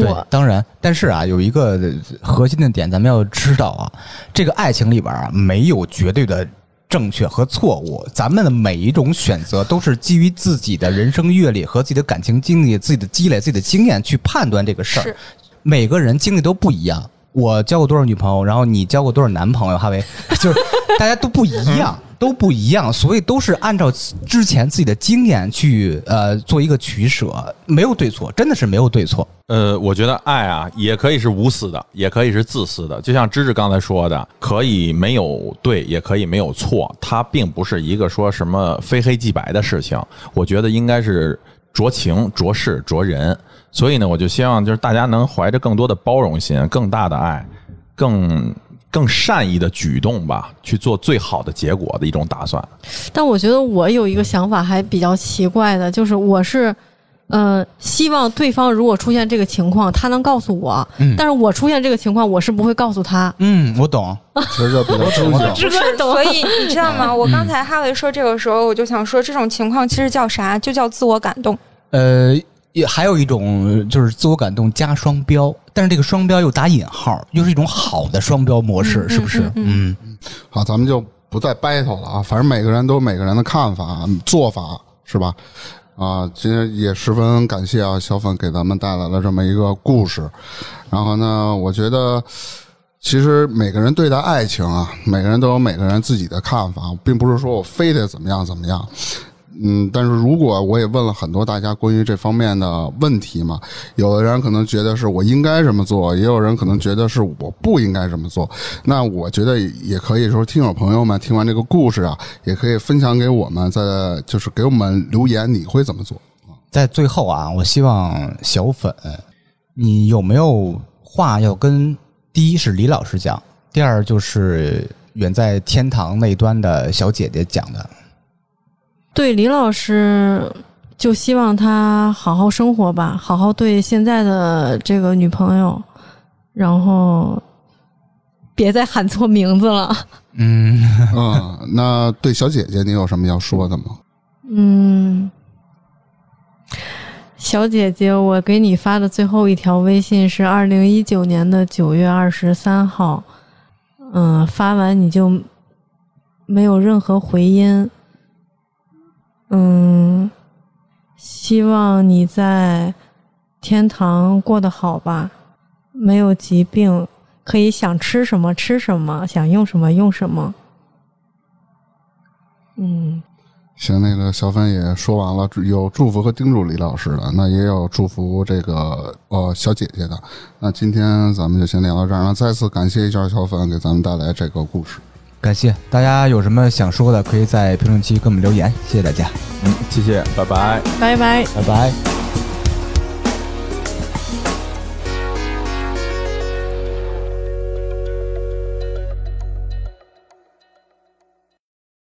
[SPEAKER 3] 对
[SPEAKER 5] 我，
[SPEAKER 3] 当然，但是啊，有一个核心的点，咱们要知道啊，这个爱情里边啊，没有绝对的正确和错误，咱们的每一种选择都是基于自己的人生阅历和自己的感情经历、自己的积累、自己的经验去判断这个事儿
[SPEAKER 1] 是。
[SPEAKER 3] 每个人经历都不一样。我交过多少女朋友，然后你交过多少男朋友，哈维，就是大家都不一样，都不一样，所以都是按照之前自己的经验去呃做一个取舍，没有对错，真的是没有对错。
[SPEAKER 2] 呃，我觉得爱啊，也可以是无私的，也可以是自私的。就像芝芝刚才说的，可以没有对，也可以没有错，它并不是一个说什么非黑即白的事情。我觉得应该是酌情、酌事、酌人。所以呢，我就希望就是大家能怀着更多的包容心、更大的爱、更更善意的举动吧，去做最好的结果的一种打算。
[SPEAKER 5] 但我觉得我有一个想法还比较奇怪的，就是我是。嗯、希望对方如果出现这个情况，他能告诉我。
[SPEAKER 3] 嗯
[SPEAKER 5] 但是我出现这个情况，我是不会告诉他。
[SPEAKER 3] 嗯，我懂。
[SPEAKER 4] 其实就比较知
[SPEAKER 5] 我
[SPEAKER 4] 性。
[SPEAKER 5] 知
[SPEAKER 1] 不是，所以你知道吗？我刚才哈维说这个时候，我就想说，这种情况其实叫啥？就叫自我感动。
[SPEAKER 3] 呃，也还有一种呃就是自我感动加双标，但是这个双标又打引号，又是一种好的双标模式，是不是？嗯
[SPEAKER 4] 好，啊咱们就不再 battle 了啊，反正每个人都有每个人的看法、啊做法，是吧？啊，今天也十分感谢啊，小粉给咱们带来了这么一个故事。然后呢，我觉得其实每个人对待爱情啊，每个人都有每个人自己的看法，并不是说我非得怎么样怎么样。嗯，但是如果我也问了很多大家关于这方面的问题嘛，有的人可能觉得是我应该这么做，也有人可能觉得是我不应该这么做。那我觉得也可以说，听友朋友们听完这个故事啊，也可以分享给我们，在就是给我们留言，你会怎么做？
[SPEAKER 3] 在最后啊，我希望小粉，你有没有话要跟第一是李老师讲，第二就是远在天堂那端的小姐姐讲的？
[SPEAKER 5] 对李老师，就希望他好好生活吧，好好对现在的这个女朋友，然后别再喊错名字了。
[SPEAKER 3] 嗯，
[SPEAKER 4] 啊嗯，那对小姐姐，你有什么要说的吗？
[SPEAKER 5] 嗯，小姐姐，我给你发的最后一条微信是二零一九年的九月二十三号，嗯，发完你就没有任何回音，嗯，希望你在天堂过得好吧，没有疾病，可以想吃什么吃什么，想用什么用什么，嗯，
[SPEAKER 4] 行，那个小芬也说完了，有祝福和叮嘱李老师的，那也有祝福这个呃小姐姐的。那今天咱们就先聊到这儿，那再次感谢一下小芬给咱们带来这个故事。
[SPEAKER 3] 感谢大家有什么想说的，可以在评论区给我们留言，谢谢大家，
[SPEAKER 2] 嗯，谢谢，拜拜。
[SPEAKER 5] 拜拜。
[SPEAKER 3] 拜拜。